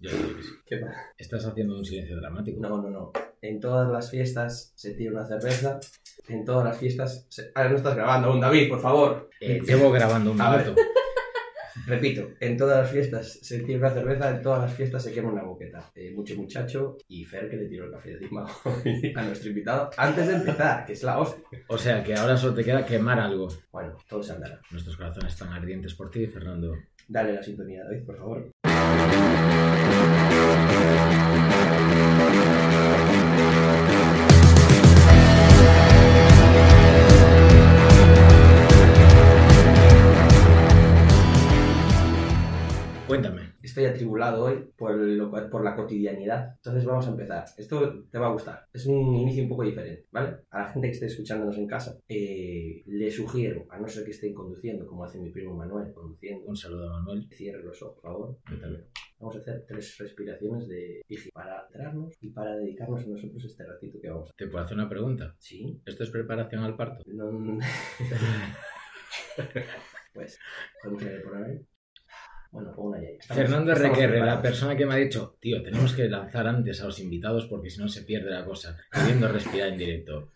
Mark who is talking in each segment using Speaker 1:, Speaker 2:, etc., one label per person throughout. Speaker 1: Yo creo que sí.
Speaker 2: ¿Qué va?
Speaker 1: Estás haciendo un silencio dramático.
Speaker 2: No, no, no. En todas las fiestas se tira una cerveza. En todas las fiestas. se- Ahora no estás grabando aún, David, por favor.
Speaker 1: Eh, llevo grabando un
Speaker 2: A ver.
Speaker 1: rato.
Speaker 2: Repito, en todas las fiestas se tira una cerveza, en todas las fiestas se quema una boqueta. Eh, mucho muchacho y Fer que le tiró el café de encima hoy a nuestro invitado antes de empezar, que es la hostia.
Speaker 1: O sea que ahora solo te queda quemar algo.
Speaker 2: Bueno, todo se andará.
Speaker 1: Nuestros corazones están ardientes por ti, Fernando.
Speaker 2: Dale la sintonía, David, por favor.
Speaker 1: Cuéntame.
Speaker 2: Estoy atribulado hoy por, lo- por la cotidianidad. Entonces vamos a empezar. Esto te va a gustar. Es un inicio un poco diferente, ¿vale? A la gente que esté escuchándonos en casa, eh, le sugiero, a no ser que estén conduciendo, como hace mi primo Manuel, conduciendo,
Speaker 1: Un saludo a Manuel.
Speaker 2: cierre los ojos, por favor. Yo también. Vamos a hacer tres respiraciones de Iji para entrarnos y para dedicarnos a nosotros este ratito que vamos a...
Speaker 1: ¿Te puedo hacer una pregunta?
Speaker 2: ¿Sí?
Speaker 1: ¿Esto es preparación al parto?
Speaker 2: No, no, no. pues, podemos ir por ahí. Bueno, pongo una ya. Estamos-
Speaker 1: Fernando
Speaker 2: estamos
Speaker 1: Requerre, la
Speaker 2: preparados.
Speaker 1: persona que me ha dicho, tío, tenemos que lanzar antes a los invitados porque si no se pierde la cosa, pudiendo respirar en directo.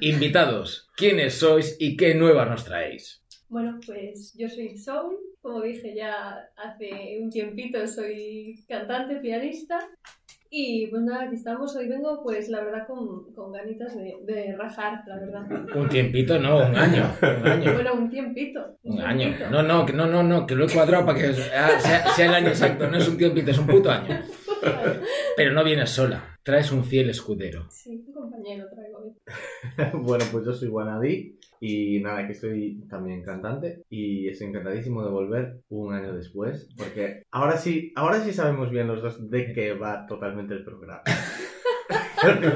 Speaker 1: Invitados, ¿quiénes sois y qué nuevas nos traéis?
Speaker 3: Bueno, pues yo soy Soul, como dije ya hace un tiempito, soy cantante, pianista y pues nada, aquí estamos, hoy vengo pues la verdad con, con ganitas de, de rajar, la verdad.
Speaker 1: Un tiempito, no, un año, un año.
Speaker 3: Bueno, un tiempito.
Speaker 1: Un año.
Speaker 3: tiempito.
Speaker 1: No, no, que- no, no, no, que lo he cuadrado para que sea, sea- sea el año exacto, no es un tiempito, es un puto año. Pero no vienes sola, traes un fiel escudero.
Speaker 3: Sí, un compañero traigo.
Speaker 4: Bueno, pues yo soy Wanadi y nada, que soy también cantante y estoy encantadísimo de volver un año después porque ahora sí, ahora sí sabemos bien los dos de qué va totalmente el programa.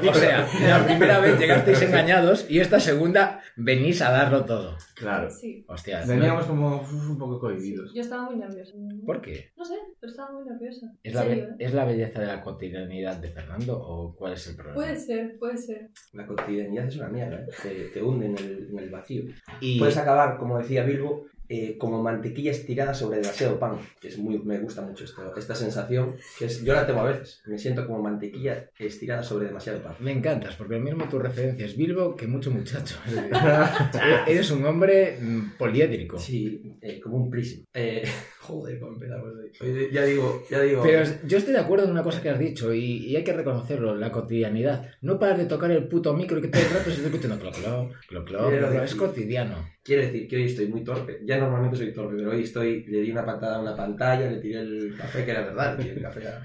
Speaker 1: O sea, la primera vez llegasteis engañados y esta segunda venís a darlo todo.
Speaker 4: Claro,
Speaker 3: Sí.
Speaker 1: Hostia,
Speaker 4: veníamos como uf, un poco cohibidos.
Speaker 3: Sí, Yo estaba muy nerviosa.
Speaker 1: ¿por qué?
Speaker 3: No sé, pero estaba muy nerviosa.
Speaker 1: ¿Es la,
Speaker 3: En
Speaker 1: be-
Speaker 3: serio, ¿eh?
Speaker 1: ¿Es la belleza de la cotidianidad de Fernando o cuál es el problema?
Speaker 3: ¿eh? Puede ser, puede ser.
Speaker 2: La cotidianidad es una mierda, ¿eh? te, te hunde en el, en el vacío.
Speaker 1: Y
Speaker 2: Puedes acabar, como decía Bilbo, eh, como mantequilla estirada sobre demasiado pan. que Es muy, me gusta mucho esto, esta sensación, que es, yo la tengo a veces. Me siento como mantequilla estirada sobre demasiado pan.
Speaker 1: me encantas, porque lo mismo tu referencia es Bilbo que mucho muchacho. Es decir, e- Eres un hombre mm, poliédrico.
Speaker 2: Sí, eh, como un prisma. Eh, joder, cómo empezamos hoy. Hoy Ya digo, ya digo.
Speaker 1: Pero es- yo estoy de acuerdo en una cosa que has dicho y, y hay que reconocerlo, la cotidianidad. No paras de tocar el puto micro y que todo el rato se está escuchando clo, clo, clo, clo,
Speaker 2: Quiero
Speaker 1: clo, clo.
Speaker 2: decir-
Speaker 1: Es cotidiano.
Speaker 2: Quiero decir que hoy estoy muy torpe. Ya normalmente soy torpe, pero hoy estoy. Le di una patada a una pantalla, le tiré el café, que era verdad, le tiré el café a,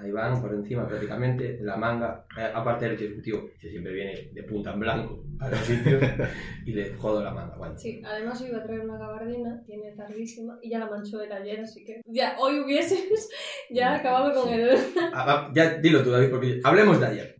Speaker 2: a Iván por encima prácticamente, la manga. eh, aparte del ejecutivo, que siempre viene de punta en blanco a los sitios, y le jodo la manga. Bueno,
Speaker 3: Sí, además hoy iba a traer una gabardina, tiene tardísima y ya la manchó el ayer, así que ya hoy hubieses ya acabado
Speaker 2: Sí.
Speaker 3: con el...
Speaker 2: Ah, ah, ya dilo tú, David, porque hablemos de ayer.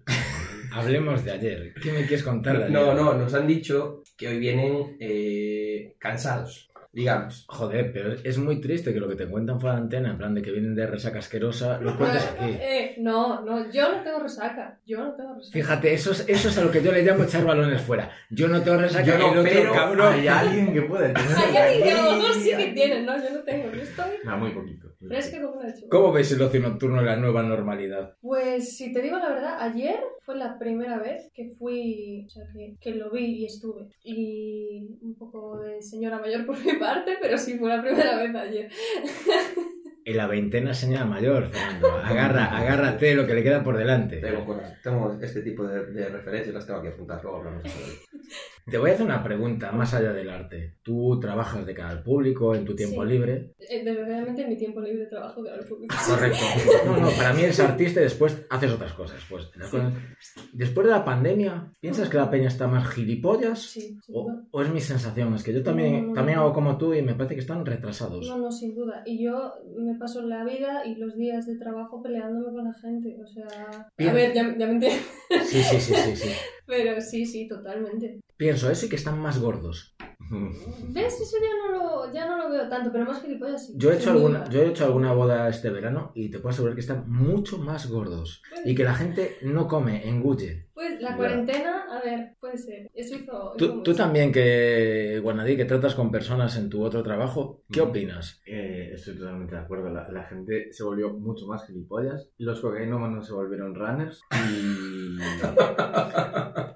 Speaker 1: Hablemos de ayer. ¿Qué me quieres contar de ayer?
Speaker 2: No, no, nos han dicho que hoy vienen eh, cansados, digamos.
Speaker 1: Joder, pero es muy triste que lo que te cuentan fuera de antena, en plan de que vienen de resaca asquerosa, lo cuentes aquí.
Speaker 3: Eh, no, no, yo no tengo resaca. Yo no tengo resaca.
Speaker 1: Fíjate, eso es, eso es a lo que yo le llamo echar balones fuera. Yo no tengo resaca,
Speaker 2: Yo no,
Speaker 1: el otro
Speaker 2: pero-
Speaker 1: cabrón.
Speaker 4: Hay alguien que pueda tener
Speaker 3: Hay alguien que a lo mejor sí que tiene, no, yo no tengo, yo estoy
Speaker 4: No, Ah, muy poquito. muy
Speaker 3: fresca como una chupa.
Speaker 1: ¿Cómo ves el ocio nocturno en la nueva normalidad?
Speaker 3: Pues si te digo la verdad, ayer fue la primera vez que fui, o sea, que, que lo vi y estuve. Y un poco de señora mayor por mi parte, pero sí fue la primera vez ayer.
Speaker 1: En la veintena señala mayor, Fernando. Agarra, agárrate lo que le queda por delante.
Speaker 2: Tengo, cosas- tengo este tipo de, de referencias, las tengo aquí apuntadas, luego hablamos de eso.
Speaker 1: Te voy a hacer una pregunta más allá del arte. Tú trabajas de cara al público en tu tiempo
Speaker 3: Sí.
Speaker 1: libre.
Speaker 3: Eh, Desgraciadamente en mi tiempo libre trabajo de al público.
Speaker 1: Correcto. No, no, para mí eres artista y después haces otras cosas. Pues, las
Speaker 3: Sí.
Speaker 1: cosas- Después de la pandemia, ¿piensas que la peña está más gilipollas?
Speaker 3: Sí, sin
Speaker 1: O,
Speaker 3: duda.
Speaker 1: o es mi sensación? Es que yo
Speaker 3: No,
Speaker 1: también,
Speaker 3: no,
Speaker 1: también
Speaker 3: no.
Speaker 1: hago como tú y me parece que están retrasados.
Speaker 3: No, no, sin duda. Y yo me paso la vida y los días de trabajo peleándome con la gente. O sea,
Speaker 1: Bien.
Speaker 3: a ver, ya, ya me entiendes.
Speaker 1: Sí, sí, sí, sí, sí.
Speaker 3: Pero sí, sí, totalmente.
Speaker 1: Pienso eso y que están más gordos.
Speaker 4: poquito.
Speaker 3: ¿Ves? Eso ya no lo, ya no lo veo tanto, pero más gilipollas sí.
Speaker 1: Yo he, hecho
Speaker 3: Sin
Speaker 1: alguna,
Speaker 3: duda.
Speaker 1: yo he hecho alguna boda este verano y te puedo asegurar que están mucho más gordos. Y que la gente no come, engulle.
Speaker 3: Pues la
Speaker 4: Ya.
Speaker 3: cuarentena, a ver, puede ser. Eso hizo... hizo
Speaker 1: Tú, tú
Speaker 3: mucho.
Speaker 2: Mm.
Speaker 1: también que, Guanadí, que tratas con personas en tu otro trabajo, ¿qué
Speaker 4: Ujú.
Speaker 1: opinas?
Speaker 4: Eh, estoy totalmente de acuerdo. La, la gente se volvió mucho más gilipollas. Los cocainómanos se volvieron runners. Y.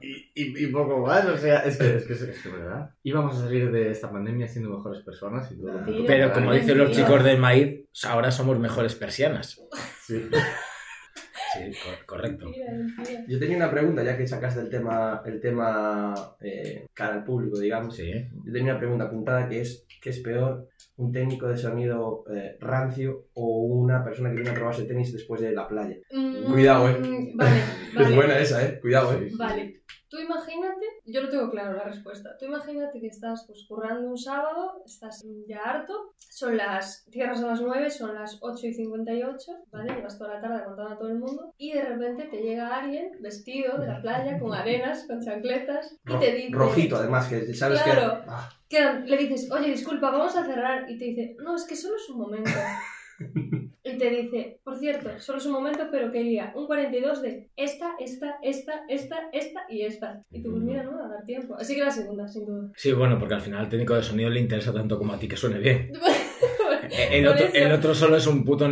Speaker 4: y, y- y poco más. O sea, es que es, que, es, es que, verdad. Íbamos a salir de esta pandemia siendo mejores personas y todo. lo que
Speaker 3: Pero
Speaker 4: tocara.
Speaker 1: Pero como dicen los chicos del maíz, ahora somos mejores persianas.
Speaker 4: Sí.
Speaker 1: Sí, cor- correcto.
Speaker 3: Mentira, mentira.
Speaker 2: Yo tenía una pregunta, ya que sacaste el tema, el tema eh, cara al público, digamos.
Speaker 1: Sí.
Speaker 2: Yo tenía una pregunta apuntada que es, ¿qué es peor, un técnico de sonido eh, rancio o una persona que viene a probarse tenis después de la playa?
Speaker 3: Mm,
Speaker 2: Cuidado, eh.
Speaker 3: Vale, vale.
Speaker 2: Es buena esa, ¿eh? Cuidado, ¿eh?
Speaker 4: Sí, sí.
Speaker 3: Vale. Tú imagínate, yo lo tengo claro la respuesta. Tú imagínate que estás pues, currando un sábado, estás ya harto, son las, cierras a las 9, son las 8 y 58, ¿vale? Llevas toda la tarde contando a todo el mundo y de repente te llega alguien vestido de la playa con arenas, con chancletas y
Speaker 2: Ro-
Speaker 3: te dice...
Speaker 2: Rojito, además, que sabes
Speaker 3: Claro.
Speaker 2: que... Ah,
Speaker 3: que le dices, oye, disculpa, vamos a cerrar. Y te dice, no, es que solo es un momento. y te dice, por cierto, solo es un momento, pero quería un 42 de esta, esta, esta, esta, esta y esta. Y tú, pues mira, no me va a dar tiempo. Así que la segunda, sin duda.
Speaker 1: Sí, bueno, porque al final al técnico de sonido le interesa tanto como a ti que suene bien. El
Speaker 3: Por
Speaker 1: otro,
Speaker 3: eso.
Speaker 1: el otro solo es un puto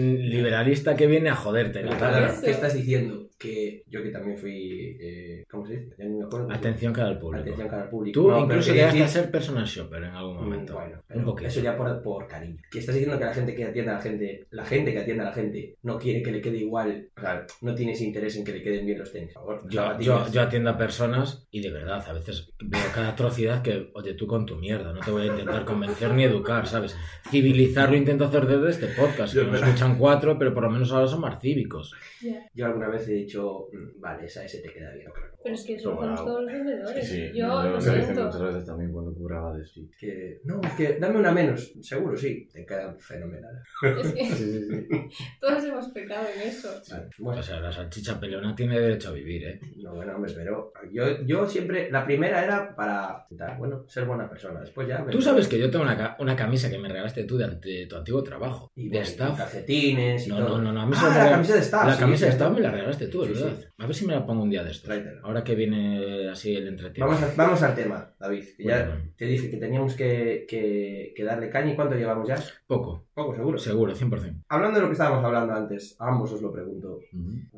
Speaker 1: neoliberalista que viene a joderte la
Speaker 2: claro,
Speaker 1: tarde.
Speaker 3: eso.
Speaker 2: ¿Qué estás diciendo? Que yo que también fui... eh, ¿Cómo se dice? Ya ni me acuerdo.
Speaker 1: Atención cara al
Speaker 2: Atención
Speaker 1: público.
Speaker 2: cara al público.
Speaker 1: Tú
Speaker 2: No, pero
Speaker 1: incluso
Speaker 2: quería
Speaker 1: llegaste a
Speaker 2: decir-
Speaker 1: ser personal shopper en algún momento.
Speaker 2: Mm, Bueno,
Speaker 1: un
Speaker 2: pero
Speaker 1: poquito.
Speaker 2: eso ya por, por cariño. Que estás diciendo que la gente que atiende a la gente, la gente que atiende a la gente, no quiere que le quede igual. O sea, no tienes interés en que le queden bien los tenis. Por favor,
Speaker 1: Yo, yo,
Speaker 2: zapatillas.
Speaker 1: yo atiendo a personas y de verdad, a veces veo cada atrocidad que, oye, tú con tu mierda, no te voy a intentar convencer ni educar, ¿sabes? Civilizar lo intento hacer desde este podcast,
Speaker 2: Yo
Speaker 1: que nos
Speaker 2: verdad.
Speaker 1: escuchan cuatro, pero por lo menos ahora son más cívicos.
Speaker 3: Ya.
Speaker 2: Yo alguna vez he dicho, "Mm, vale, esa ese te queda bien. o claro".
Speaker 3: Pero es que
Speaker 4: Eso,
Speaker 3: son
Speaker 4: wow.
Speaker 3: todos los vendedores.
Speaker 4: Sí,
Speaker 3: yo
Speaker 4: lo-
Speaker 3: lo,
Speaker 4: lo dicen
Speaker 3: siento.
Speaker 4: muchas veces también cuando curraba de sí.
Speaker 2: Que, no, es que dame una menos. Seguro, sí. Te quedan fenomenal.
Speaker 3: Es que
Speaker 4: sí, sí.
Speaker 3: todos hemos pecado en eso.
Speaker 2: Vale,
Speaker 1: O
Speaker 2: bueno,
Speaker 1: sea, la salchicha peleona tiene derecho a vivir, ¿eh?
Speaker 2: no, bueno, hombre, pero yo, yo siempre, la primera era para, intentar, bueno, ser buena persona. Después ya...
Speaker 1: Tú sabes que yo tengo una, ca- una camisa que me regalaste tú de, ante- tu antiguo trabajo,
Speaker 2: Y,
Speaker 1: de
Speaker 2: bueno, y
Speaker 1: staff.
Speaker 2: calcetines y
Speaker 1: No,
Speaker 2: todo.
Speaker 1: no, no, no, a mí
Speaker 2: Ah,
Speaker 1: se me
Speaker 2: la
Speaker 1: regala-
Speaker 2: camisa de staff.
Speaker 1: La
Speaker 2: sí,
Speaker 1: camisa de
Speaker 2: sí,
Speaker 1: staff
Speaker 2: sí.
Speaker 1: me la regalaste tú, es
Speaker 2: Sí, sí.
Speaker 1: verdad. A ver si me la pongo un día de estos.
Speaker 2: Tráetela.
Speaker 1: Ahora que viene así el entretiempo.
Speaker 2: Vamos, a- vamos al tema, David. Que ya
Speaker 1: Cuéntame.
Speaker 2: te dije que teníamos que, que- que darle caña. ¿Y cuánto llevamos ya?
Speaker 1: Poco,
Speaker 2: Poco, seguro.
Speaker 1: seguro, 100%.
Speaker 2: Hablando de lo que estábamos hablando antes, a ambos os lo pregunto.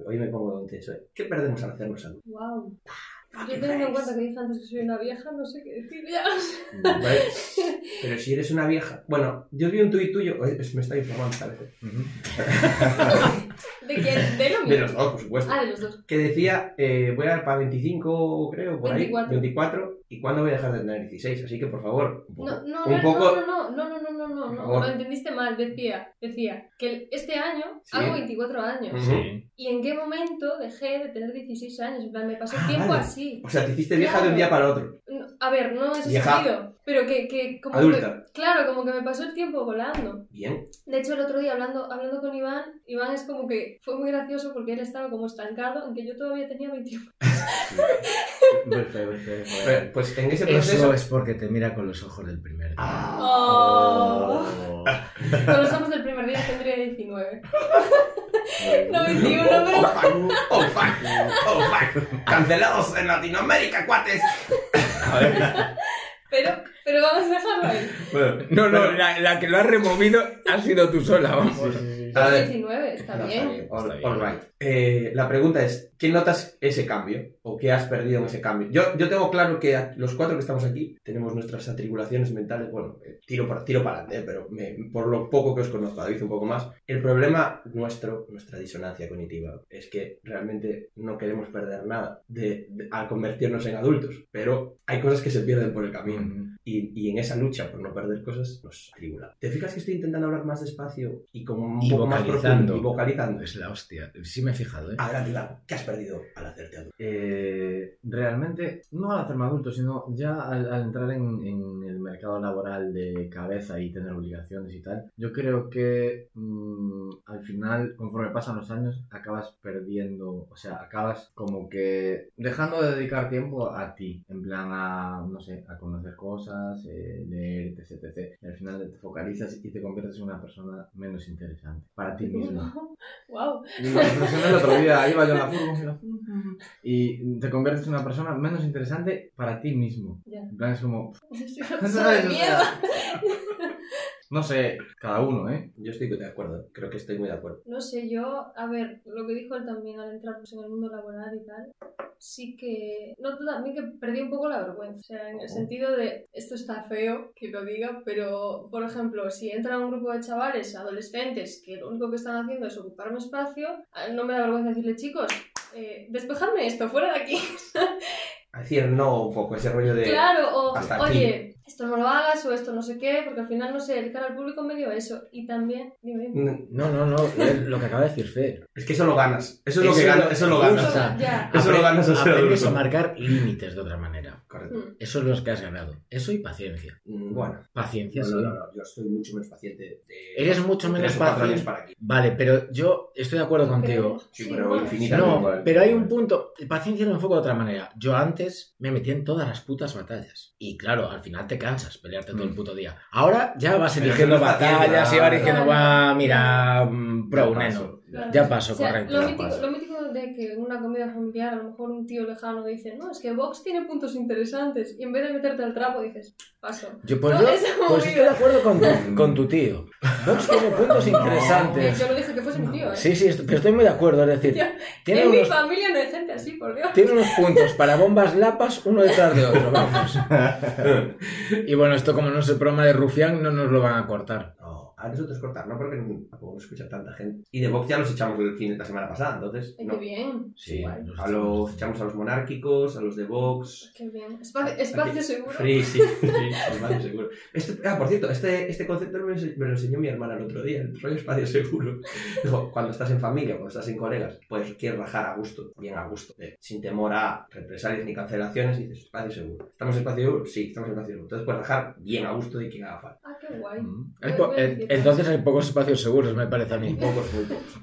Speaker 2: Hoy me pongo don tenso. ¿eh? ¿Qué perdemos al hacernos algo?
Speaker 3: Wow.
Speaker 4: Ah,
Speaker 3: Yo teniendo en cuenta que dije antes que soy una vieja, no sé qué decir ya.
Speaker 2: ¿Vale? Pero si eres una vieja. Bueno, yo vi un tuit tuyo. eh, es- Me está informando esta vez.
Speaker 1: Ujú.
Speaker 3: ¿De quién? ¿De lo
Speaker 2: De
Speaker 3: mío?
Speaker 2: los dos, por supuesto.
Speaker 3: Ah, de los dos.
Speaker 2: Que decía, eh, voy a dar para 25, creo, por ahí.
Speaker 3: 24.
Speaker 2: 24. ¿Y cuándo voy a dejar de tener 16? Así que, por favor, un poco.
Speaker 3: No, no,
Speaker 2: un
Speaker 3: no,
Speaker 2: poco-
Speaker 3: no, no, no, no, no, no,
Speaker 2: Por
Speaker 3: no, no,
Speaker 2: favor.
Speaker 3: lo entendiste mal, decía, decía que el- este año
Speaker 2: Sí. Mm.
Speaker 3: hago 24 años.
Speaker 2: Ujú.
Speaker 1: Sí.
Speaker 3: ¿Y en qué momento dejé de tener 16 años? En plan, me pasó el
Speaker 2: Ah,
Speaker 3: tiempo
Speaker 2: vale.
Speaker 3: así.
Speaker 2: O sea, te hiciste vieja de un día para el otro.
Speaker 3: No, A ver, no es
Speaker 2: Vieja.
Speaker 3: sentido, pero que, que como
Speaker 2: Adulta.
Speaker 3: que- claro, como que me pasó el tiempo volando.
Speaker 2: Bien.
Speaker 3: De hecho, el otro día hablando, hablando con Iván, Iván es como que fue muy gracioso porque él estaba como estancado en que yo todavía tenía 21.
Speaker 4: Muy feo, muy feo, muy feo.
Speaker 2: Pero, pues en ese proceso.
Speaker 1: Eso es porque te mira con los ojos del primer
Speaker 2: Ah,
Speaker 1: día.
Speaker 3: Oh.
Speaker 4: Oh.
Speaker 3: Cuando somos del primer día tendría 19. No,
Speaker 4: Muy
Speaker 3: 21, pero...
Speaker 2: fuck, oh fuck, oh fuck. Cancelados en Latinoamérica, cuates.
Speaker 3: Pero, pero vamos a dejarlo ahí.
Speaker 1: No, no, la, la que lo has removido ha sido tú sola, vamos.
Speaker 4: Sí, sí, sí.
Speaker 2: A ver.
Speaker 3: 19, está
Speaker 2: No,
Speaker 3: bien.
Speaker 2: all-
Speaker 1: Está bien.
Speaker 2: all right. Eh, la pregunta es, ¿qué notas ese cambio? ¿O qué has perdido en ese cambio? Yo, yo tengo claro que a- los cuatro que estamos aquí tenemos nuestras atribulaciones mentales. Bueno, eh, tiro para tiro para adelante, eh, pero me- por lo poco que os conozco, David, un poco más. El problema nuestro, nuestra disonancia cognitiva, es que realmente no queremos perder nada de- de- al convertirnos en adultos. Pero hay cosas que se pierden por el camino. Y, y en esa lucha por no perder cosas nos tribula. ¿Te fijas que estoy intentando hablar más despacio y como un
Speaker 1: Y
Speaker 2: poco más
Speaker 1: vocalizando.
Speaker 2: profundo y vocalizando?
Speaker 1: Es la hostia. Sí me he fijado, ¿eh?
Speaker 2: Adelante, Iván, ¿qué has perdido al hacerte adulto?
Speaker 4: Eh, realmente, no al hacerme adulto, sino ya al, al entrar en, en el mercado laboral de cabeza y tener obligaciones y tal, yo creo que mm, al final, conforme pasan los años, acabas perdiendo, o sea, acabas como que dejando de dedicar tiempo a ti, en plan a, no sé, a conocer cosas, eh, leer, etc, etc. Y al final te focalizas y te conviertes en una persona menos interesante para ti mismo.
Speaker 3: wow.
Speaker 4: Y me impresionó el otro día, iba yo en la furgo, mira, y te conviertes en una persona menos interesante para ti mismo.
Speaker 3: Ya.
Speaker 4: En plan, es como...
Speaker 3: Sí,
Speaker 4: ¿sabes?
Speaker 3: solo de
Speaker 4: O sea,
Speaker 3: miedo.
Speaker 4: No sé, cada uno, ¿eh?
Speaker 2: Yo estoy de acuerdo, creo que estoy muy de acuerdo.
Speaker 3: No sé, yo, a ver, lo que dijo él también al entrarnos en el mundo laboral y tal, sí que. Noto también que perdí un poco la vergüenza. O sea, en el
Speaker 2: Ojo.
Speaker 3: sentido de. Esto está feo que lo diga, pero, por ejemplo, si entra un grupo de chavales, adolescentes, que lo único que están haciendo es ocuparme espacio, a- no me da vergüenza decirle, chicos, eh, despejadme esto, fuera de aquí.
Speaker 2: A decir no un poco, ese rollo de...
Speaker 3: Claro, o
Speaker 2: hasta aquí.
Speaker 3: oye, esto no lo hagas o esto no sé qué, porque al final, no sé, el cara al público medio eso. Y también, dime, dime.
Speaker 2: Mm,
Speaker 1: No, no, no, es lo que acaba de decir Fer.
Speaker 2: Es que eso lo ganas, eso es lo
Speaker 1: Eso
Speaker 2: que
Speaker 1: lo-
Speaker 2: ganas, eso lo ganas.
Speaker 1: o sea,
Speaker 3: ya.
Speaker 2: Eso lo
Speaker 1: Apre-
Speaker 2: ganas a ser
Speaker 1: Aprendes a
Speaker 2: adulto.
Speaker 1: marcar límites de otra manera.
Speaker 2: Correcto.
Speaker 3: Mm.
Speaker 1: Eso es lo que has ganado. Eso y paciencia.
Speaker 2: Mm, Bueno,
Speaker 1: Paciencia,
Speaker 2: no,
Speaker 1: sí.
Speaker 2: no, no, no, yo soy mucho menos paciente. De...
Speaker 1: Eres mucho
Speaker 2: de
Speaker 1: menos
Speaker 2: tres o cuatro
Speaker 1: paciente.
Speaker 2: años para aquí.
Speaker 1: Vale, pero yo estoy de acuerdo contigo.
Speaker 2: Sí, pero
Speaker 3: bueno.
Speaker 2: infinita.
Speaker 1: No,
Speaker 2: igual.
Speaker 1: pero hay un punto. Paciencia lo enfoco de otra manera. Yo antes me metía en todas las putas batallas. Y claro, al final te cansas pelearte todo el puto día. Ahora ya vas
Speaker 2: Pero
Speaker 1: eligiendo
Speaker 2: eso no es paciencia,
Speaker 1: batallas y vas
Speaker 2: claro.
Speaker 1: eligiendo, va, mira, mm, pro, neno.
Speaker 3: Claro.
Speaker 1: Ya paso,
Speaker 3: O sea,
Speaker 1: correcto.
Speaker 3: lo,
Speaker 1: ya
Speaker 3: mítico,
Speaker 1: paso.
Speaker 3: lo mítico de que en una comida familiar a lo mejor un tío lejano dice, no, es que Vox tiene puntos interesantes y en vez de meterte al trapo dices, paso.
Speaker 1: Yo, pues,
Speaker 3: Toda
Speaker 1: yo-
Speaker 3: esa
Speaker 1: pues estoy de
Speaker 3: movida.
Speaker 1: acuerdo con tu, con tu tío. Vox tiene puntos
Speaker 3: Eh,
Speaker 1: interesantes.
Speaker 3: yo no dije que fuese mi tío, ¿eh?
Speaker 1: Sí, sí, est- pero estoy muy de acuerdo. Es decir,
Speaker 3: Yo-
Speaker 1: tiene
Speaker 3: en mi
Speaker 1: unos,
Speaker 3: familia no hay gente así, por Dios.
Speaker 1: tiene unos puntos para bombas lapas uno detrás de otro. Vamos. Y bueno, esto como no se broma de Rufián, no nos lo van a cortar.
Speaker 2: No, a nosotros cortar, no porque no- tampoco nos escucha tanta gente. Y de Vox ya los echamos el fin de la semana pasada, entonces.
Speaker 3: Ay,
Speaker 2: no.
Speaker 3: qué bien,
Speaker 1: Sí,
Speaker 3: Guay.
Speaker 1: los
Speaker 2: A los echamos a los monárquicos, a los de Vox.
Speaker 3: qué bien. Espacio, espacio
Speaker 2: Aquí.
Speaker 3: seguro.
Speaker 2: Free, sí, sí, espacio seguro. Este- ah, por cierto, este, este concepto me, lo ense- me lo enseñó mi hermana el otro día, el rollo espacio seguro. Dijo, cuando estás en familia, cuando estás en colegas, pues quieres rajar a gusto, bien a gusto, eh, sin temor a represalias ni cancelaciones, y dices, espacio seguro. ¿Estamos en espacio seguro? Sí, estamos en espacio seguro. Entonces puedes rajar bien a gusto de quien haga falta.
Speaker 3: Ah, qué guay.
Speaker 4: Mm.
Speaker 1: Hay po- en- entonces hay pocos espacios seguros, me parece a mí.
Speaker 2: Pocos, muy pocos.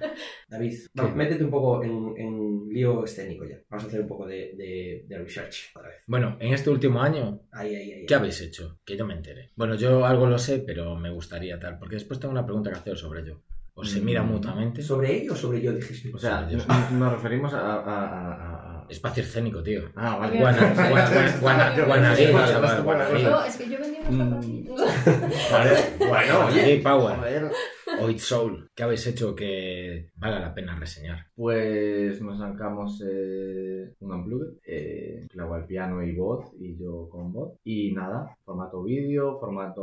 Speaker 2: David, va, métete un poco en, en lío escénico ya. Vamos a hacer un poco de, de, de research otra vez.
Speaker 1: Bueno, en este último año,
Speaker 2: Ahí, ahí, ahí.
Speaker 1: ¿qué habéis hecho? Que yo me entere. Bueno, yo algo lo sé, pero me gustaría tal, porque después tengo una pregunta que hacer sobre ello. ¿Os se mira
Speaker 4: Mm.
Speaker 1: mutuamente?
Speaker 2: ¿Sobre ello o sobre yo dijiste?
Speaker 4: O sea,
Speaker 1: Sí, yo-
Speaker 4: nos- nos referimos a... a, a- a- a-
Speaker 1: Espacio escénico, tío.
Speaker 4: Ah, vale.
Speaker 3: Bien.
Speaker 1: Guana- gua- gua- guana- Guanagüey,
Speaker 4: Guana-
Speaker 1: chaval,
Speaker 4: Guana-
Speaker 1: Guanagüey.
Speaker 3: No, es que yo vendí unos
Speaker 4: Mm.
Speaker 3: zapatillos.
Speaker 4: Vale, bueno, oye.
Speaker 1: Guanagüey Power.
Speaker 4: Joder.
Speaker 1: O It's Soul. ¿Qué habéis hecho que valga la pena reseñar?
Speaker 4: Pues nos sacamos eh, un unplugged, eh, clavo al piano y voz, y yo con voz. Y nada, formato vídeo, formato,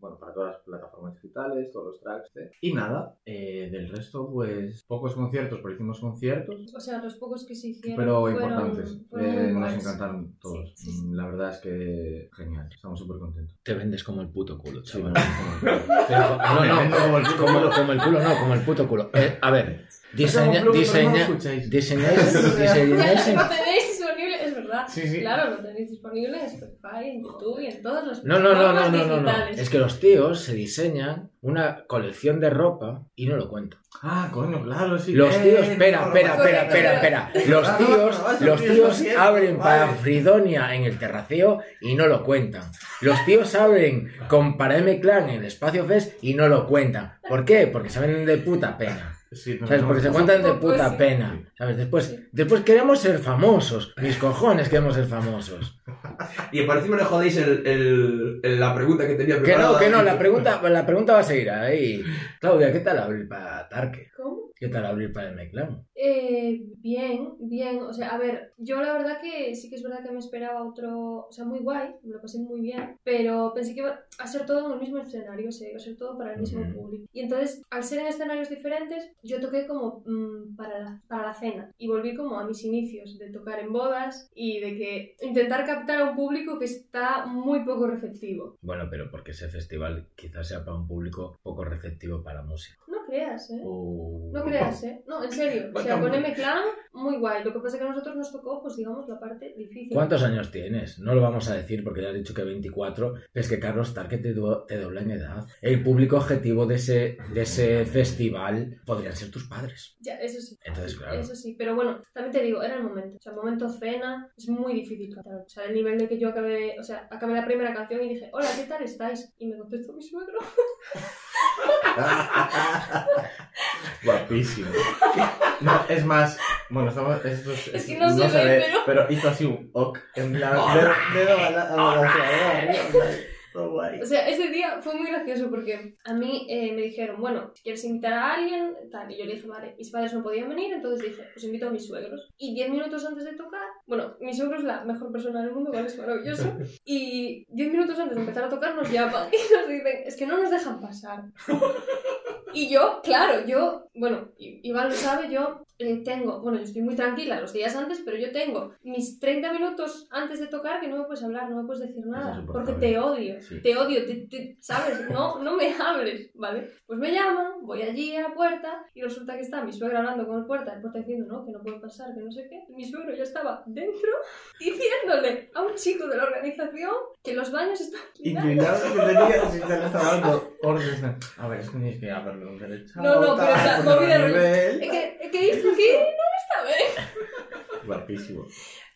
Speaker 4: bueno, para todas las plataformas digitales, todos los tracks. eh. Y nada, eh, del resto, pues pocos conciertos, pero hicimos conciertos,
Speaker 3: O sea, los pocos que se hicieron
Speaker 4: pero
Speaker 3: fueron,
Speaker 4: importantes.
Speaker 3: fueron
Speaker 4: Eh, nos
Speaker 3: guays.
Speaker 4: encantaron todos.
Speaker 3: Sí, sí, sí.
Speaker 4: Mm, La verdad es que genial, estamos súper contentos.
Speaker 1: Te vendes como el puto culo,
Speaker 4: Sí,
Speaker 1: chaval.
Speaker 4: bueno,
Speaker 1: Pero- no,
Speaker 4: me
Speaker 1: no,
Speaker 4: vendo como el culo.
Speaker 1: como, lo- como el culo, no, como el puto culo. Eh, a ver,
Speaker 4: Es un
Speaker 1: diseña,
Speaker 4: unplugged, pero no lo
Speaker 1: diseña,
Speaker 4: escucháis.
Speaker 1: diseñáis, diseñáis en-
Speaker 3: Lo tenéis disponible, es verdad.
Speaker 4: Sí, sí.
Speaker 3: Claro, lo tenéis disponible en Spotify, en YouTube y en todas las
Speaker 1: No, no, no, no,
Speaker 3: plataformas
Speaker 1: no, no, no.
Speaker 3: digitales.
Speaker 1: Es que los tíos se diseñan una colección de ropa y no lo cuentan.
Speaker 4: Ah, coño, claro, sí.
Speaker 1: Los
Speaker 4: Eh,
Speaker 1: tíos,
Speaker 4: no,
Speaker 1: espera,
Speaker 4: no,
Speaker 1: espera,
Speaker 4: no,
Speaker 1: espera,
Speaker 4: no,
Speaker 1: espera,
Speaker 4: no,
Speaker 1: espera. Los
Speaker 4: Ah,
Speaker 1: tíos,
Speaker 4: ah,
Speaker 1: los
Speaker 4: tío,
Speaker 1: tíos
Speaker 4: lo siento,
Speaker 1: abren para
Speaker 4: vale.
Speaker 1: Fridonia en el terraceo y no lo cuentan. Los tíos abren con para M Clan en el espacio Fest y no lo cuentan. ¿Por qué? Porque se venden de puta pena.
Speaker 4: Sí, no,
Speaker 1: ¿Sabes?
Speaker 4: no,
Speaker 1: Porque se
Speaker 4: no.
Speaker 1: cuentan de
Speaker 3: Pues
Speaker 1: puta
Speaker 3: sí.
Speaker 1: pena. ¿Sabes? Después,
Speaker 3: Sí.
Speaker 1: después queremos ser famosos. Mis cojones queremos ser famosos.
Speaker 2: Y por encima le jodéis el, el- el- la pregunta que tenía
Speaker 1: Que
Speaker 2: preparada.
Speaker 1: no, que no, la pregunta, la pregunta va a seguir ahí. Claudia, ¿qué tal abrir para Tarque?
Speaker 3: ¿Cómo?
Speaker 1: ¿Qué tal abrir para el Meclán?
Speaker 3: Eh, bien, bien. O sea, a ver, yo la verdad que sí que es verdad que me esperaba otro. O sea, muy guay, me lo pasé muy bien. Pero pensé que iba a ser todo en el mismo escenario, o sea, iba a ser todo para el mismo
Speaker 1: Ujú.
Speaker 3: público. Y entonces, al ser en escenarios diferentes, yo toqué como mm, para, la, para la cena. Y volví como a mis inicios de tocar en bodas y de que intentar captar a un público que está muy poco receptivo.
Speaker 1: Bueno, pero porque ese festival quizás sea para un público poco receptivo para la música.
Speaker 3: No creas, ¿eh?
Speaker 4: Oh.
Speaker 3: No creas, ¿eh? No, en serio. O
Speaker 2: Vaya,
Speaker 3: sea, con
Speaker 2: hombre.
Speaker 3: M-Clan, muy guay. Lo que pasa es que a nosotros nos tocó, pues digamos, la parte difícil.
Speaker 1: ¿Cuántos años tienes? No lo vamos a decir porque ya has dicho que 24, pero es que Carlos Tarque te, du- te dobla en edad. El público objetivo de ese, de ese festival podrían ser tus padres.
Speaker 3: Ya, eso sí.
Speaker 1: Entonces, claro.
Speaker 3: Eso sí, pero bueno, también te digo, era el momento. O sea, el momento cena es muy difícil cantar. O sea, el nivel de que yo acabé, o sea, acabé la primera canción y dije, hola, ¿qué tal estáis? Y me contestó mi suegro.
Speaker 4: Guapísimo. No, es más, bueno, estamos. Esto es,
Speaker 3: Es que no se ve, pero-
Speaker 1: Oh,
Speaker 4: hizo así un ok en plan. dedo- dedo a la- a la- hacia arriba, todo guay.
Speaker 3: O sea, ese día fue muy gracioso porque a mí eh, me dijeron, bueno, si quieres invitar a alguien, tal. Y yo le dije, vale, mis padres no podían venir, entonces dije, pues invito a mis suegros. Y diez minutos antes de tocar, bueno, mi suegro es la mejor persona del mundo, ¿vale? Es maravilloso. Y diez minutos antes de empezar a tocar nos llaman y nos dicen, es que no nos dejan pasar. Y yo, claro, yo, bueno, I- Iván lo sabe, yo eh, tengo, bueno, yo estoy muy tranquila los días antes, pero yo tengo mis 30 minutos antes de tocar que no me puedes hablar, no me puedes decir nada,
Speaker 1: insoportable.
Speaker 3: porque te odio,
Speaker 1: Sí.
Speaker 3: te odio, te, te- ¿sabes? No, no me hables, ¿vale? Pues me llaman, voy allí a la puerta y resulta que está mi suegra hablando con el puerta, el puerta diciendo, no, que no puedo pasar, que no sé qué. Mi suegro ya estaba dentro diciéndole a un chico de la organización que los baños están...
Speaker 4: Y que ya lo que tenía, si te le estaba dando órdenes. de, A ver, es que tienes que hablarlo un derecho.
Speaker 3: No, no, pero
Speaker 4: tal,
Speaker 3: esa
Speaker 4: ponerlo
Speaker 3: movida
Speaker 4: a
Speaker 3: rollo-
Speaker 4: nivel.
Speaker 3: Es que, es que esto aquí no está bien.
Speaker 4: Guapísimo.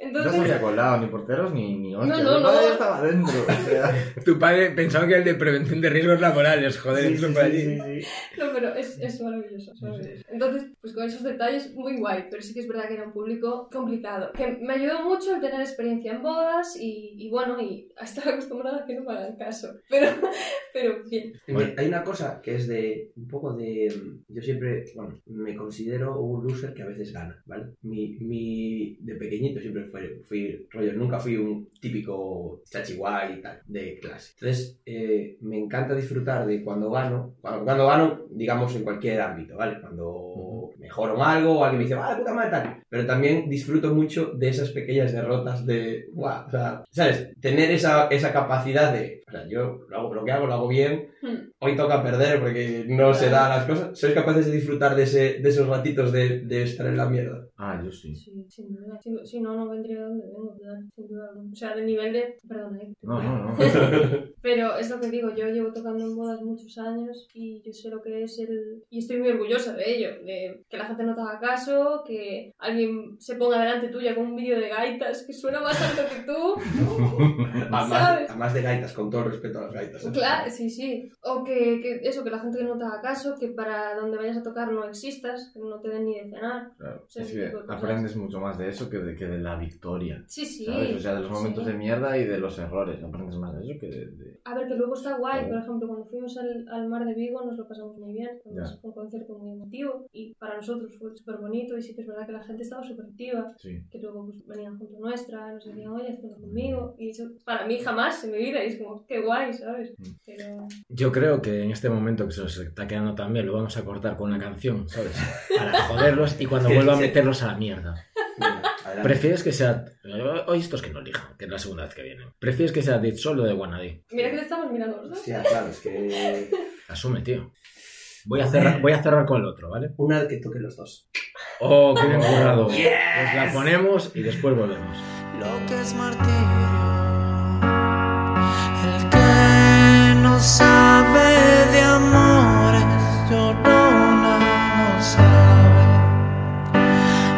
Speaker 4: No
Speaker 3: Entonces...
Speaker 4: se había colado ni porteros ni, ni hostias.
Speaker 3: no,
Speaker 4: Mi padre
Speaker 3: no.
Speaker 4: estaba dentro. O sea,
Speaker 1: Tu padre pensaba que era el de prevención de riesgos laborales, joder,
Speaker 4: sí,
Speaker 1: eso
Speaker 4: sí,
Speaker 1: por
Speaker 4: sí,
Speaker 1: allí.
Speaker 4: sí, sí.
Speaker 3: No, pero es, es maravilloso, es maravilloso. Entonces, pues con esos detalles, muy guay, pero sí que es verdad que era un público complicado. Que me ayudó mucho el tener experiencia en bodas y, y bueno, y a estar acostumbrada a que no me hagan caso. Pero, pero bien.
Speaker 1: Bueno.
Speaker 2: Hay una cosa que es de un poco de. Yo siempre, bueno, me considero un loser que a veces gana, ¿vale? Mi, mi de pequeñito siempre fue, fui rollo, nunca fui un típico chachiguay y tal, de clase. Entonces, eh, me encanta disfrutar de cuando gano, cuando, cuando gano, digamos, en cualquier ámbito, ¿vale? Cuando mejoro en algo o alguien me dice, ¡ah, puta madre! Tal. Pero también disfruto mucho de esas pequeñas derrotas de, ¡guau! O sea, ¿sabes? Tener esa, esa capacidad de, o sea, yo lo, hago, lo que hago lo hago bien
Speaker 3: Hmm.
Speaker 2: hoy toca perder porque no se dan las cosas. ¿Sois capaces de disfrutar de, ese, de esos ratitos de, de estar en la mierda?
Speaker 4: Ah, yo sí.
Speaker 3: Sí, sin duda. Si, no- si no, no vendría donde vengo, claro, sin duda alguna. O sea, el nivel de... Perdón, ahí.
Speaker 4: No, no, no.
Speaker 3: Pero es lo que digo, yo llevo tocando en bodas muchos años y yo sé lo que es el... Y estoy muy orgullosa de ello, de que la gente no te haga caso, que alguien se ponga delante tuya con un vídeo de gaitas que suena más alto que tú.
Speaker 2: Además,
Speaker 3: ¿Sabes?
Speaker 2: además de gaitas, con todo el respeto a las gaitas. ¿eh?
Speaker 3: Claro, sí, sí. O que, que eso, que la gente no te haga caso, que para donde vayas a tocar no existas, que no te den ni de cenar.
Speaker 4: Claro.
Speaker 3: Sí,
Speaker 4: Es
Speaker 3: sí,
Speaker 4: que
Speaker 3: tipo de cosas.
Speaker 4: aprendes mucho más de eso que de, que de la victoria.
Speaker 3: Sí, sí.
Speaker 4: ¿Sabes? O sea, de los momentos
Speaker 3: sí.
Speaker 4: de mierda y de los errores. Aprendes más de eso que de. de-
Speaker 3: A ver, que luego está guay, por ejemplo, cuando fuimos al, al mar de Vigo nos lo pasamos muy bien, fue
Speaker 4: Ya.
Speaker 3: un concierto muy emotivo y para nosotros fue súper bonito y sí que es verdad que la gente estaba súper activa,
Speaker 4: Sí.
Speaker 3: que luego pues, venían junto a nuestra, nos decían, oye, hazlo conmigo, y eso para mí jamás en mi vida, y es como, qué guay, ¿sabes?
Speaker 4: Mm.
Speaker 3: Pero
Speaker 1: Yo creo que en este momento que se nos está quedando tan bien, lo vamos a cortar con una canción, ¿sabes? Para joderlos y cuando
Speaker 2: Sí,
Speaker 1: vuelva a
Speaker 2: sí.
Speaker 1: meterlos a la mierda.
Speaker 2: Venga, adelante.
Speaker 1: ¿Prefieres que sea. Hoy estos que no elijan, que es la segunda vez que vienen. ¿Prefieres que sea de solo de Wanadi?
Speaker 3: mira que te estamos mirando los
Speaker 2: O
Speaker 3: dos.
Speaker 2: sea, ah, claro, es que.
Speaker 1: Asume, tío. Voy a, cerrar, voy a cerrar con el otro, ¿vale?
Speaker 2: Una que toquen los dos.
Speaker 1: Oh, qué bien currado. Pues la ponemos y después volvemos.
Speaker 5: lo que es martirio, el que no sabe de amores, llorona no sabe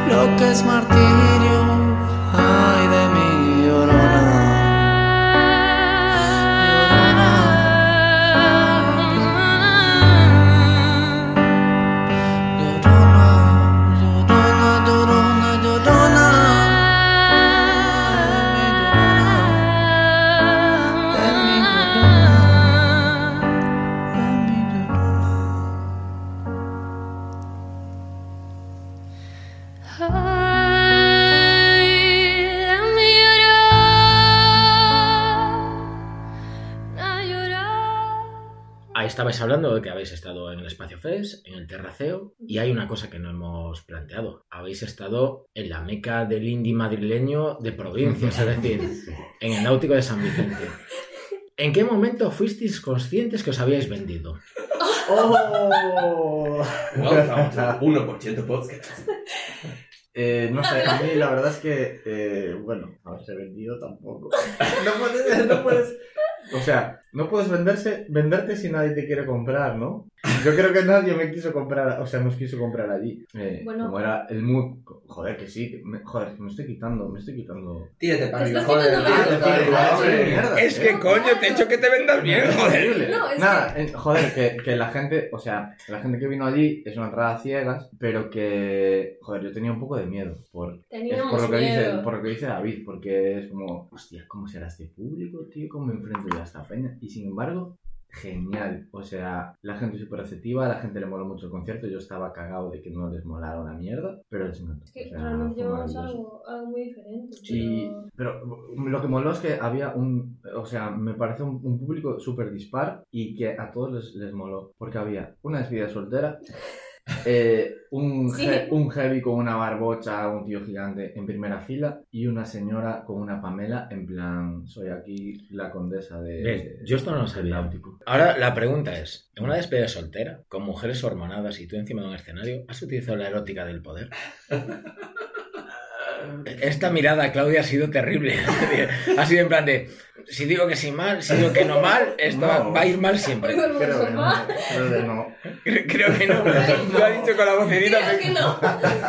Speaker 5: lo que es martirio, ay de mi llorona, llorona, llorona, llorona, llorona.
Speaker 1: Ahí estabais hablando de que habéis estado en el Espacio Fest, en el Terraceo, y hay una cosa que no hemos planteado. Habéis estado en la meca del indie madrileño de provincias, es decir, en el Náutico de San Vicente. ¿En qué momento fuisteis conscientes que os habíais vendido?
Speaker 4: ¡Oh!
Speaker 2: Wow, estamos a 1% podcast.
Speaker 4: Eh, no sé, a mí la verdad es que, eh, bueno, haberse vendido tampoco. No puedes, no puedes. O sea, no puedes venderse, venderte si nadie te quiere comprar, ¿no? Yo creo que nadie me quiso comprar, o sea, nos quiso comprar allí. Eh,
Speaker 3: Bueno.
Speaker 4: como era el mood, joder, que sí, que me- joder, que me estoy quitando, me estoy quitando.
Speaker 2: Tírate para
Speaker 3: Te
Speaker 2: arriba,
Speaker 3: estás
Speaker 2: joder.
Speaker 3: quitando la
Speaker 2: Tírate para arriba,
Speaker 4: Ah,
Speaker 2: hombre.
Speaker 4: sí, mierda,
Speaker 6: Es
Speaker 4: eh.
Speaker 6: que coño, te he hecho que te vendas bien, joder.
Speaker 4: Horrible.
Speaker 3: No, es
Speaker 4: Nada, eh, joder, que, que la gente, o sea, la gente que vino allí es una entrada a ciegas, pero que, joder, yo tenía un poco de miedo por, es
Speaker 3: Teníamos
Speaker 4: por lo que
Speaker 3: miedo.
Speaker 4: dice, por lo que dice David, porque es como, hostia, ¿cómo será este público, tío? ¿Cómo me enfrento yo a esta peña? Y sin embargo, genial, o sea, la gente súper receptiva, la gente le moló mucho el concierto, yo estaba cagado de que no les molara una mierda, pero les encantó.
Speaker 3: Es que
Speaker 4: o sea,
Speaker 3: realmente
Speaker 4: fue
Speaker 3: llevamos
Speaker 4: maravilloso.
Speaker 3: algo, algo muy diferente.
Speaker 4: Y,
Speaker 3: pero-
Speaker 4: pero lo que moló es que había un, o sea, me parece un, un público súper dispar y que a todos les, les moló, porque había una despedida soltera, eh, un,
Speaker 3: Sí.
Speaker 4: he- un heavy con una barbocha, un tío gigante en primera fila y una señora con una Pamela en plan, soy aquí la condesa de...
Speaker 1: Bien, yo esto no lo sabía.
Speaker 4: Náutico".
Speaker 1: Ahora la pregunta es, en una despedida soltera, con mujeres hormonadas y tú encima de un escenario, ¿has utilizado la erótica del poder? Esta mirada, Claudia, ha sido terrible. ha sido en plan de, si digo que sí mal, si digo que no mal, esto va-
Speaker 4: No.
Speaker 1: va a ir mal siempre.
Speaker 3: Oigo el
Speaker 4: Creo que no,
Speaker 3: sofá.
Speaker 4: creo que no.
Speaker 6: Creo creo que no. Lo ha dicho con la vocerita.
Speaker 3: Creo que no.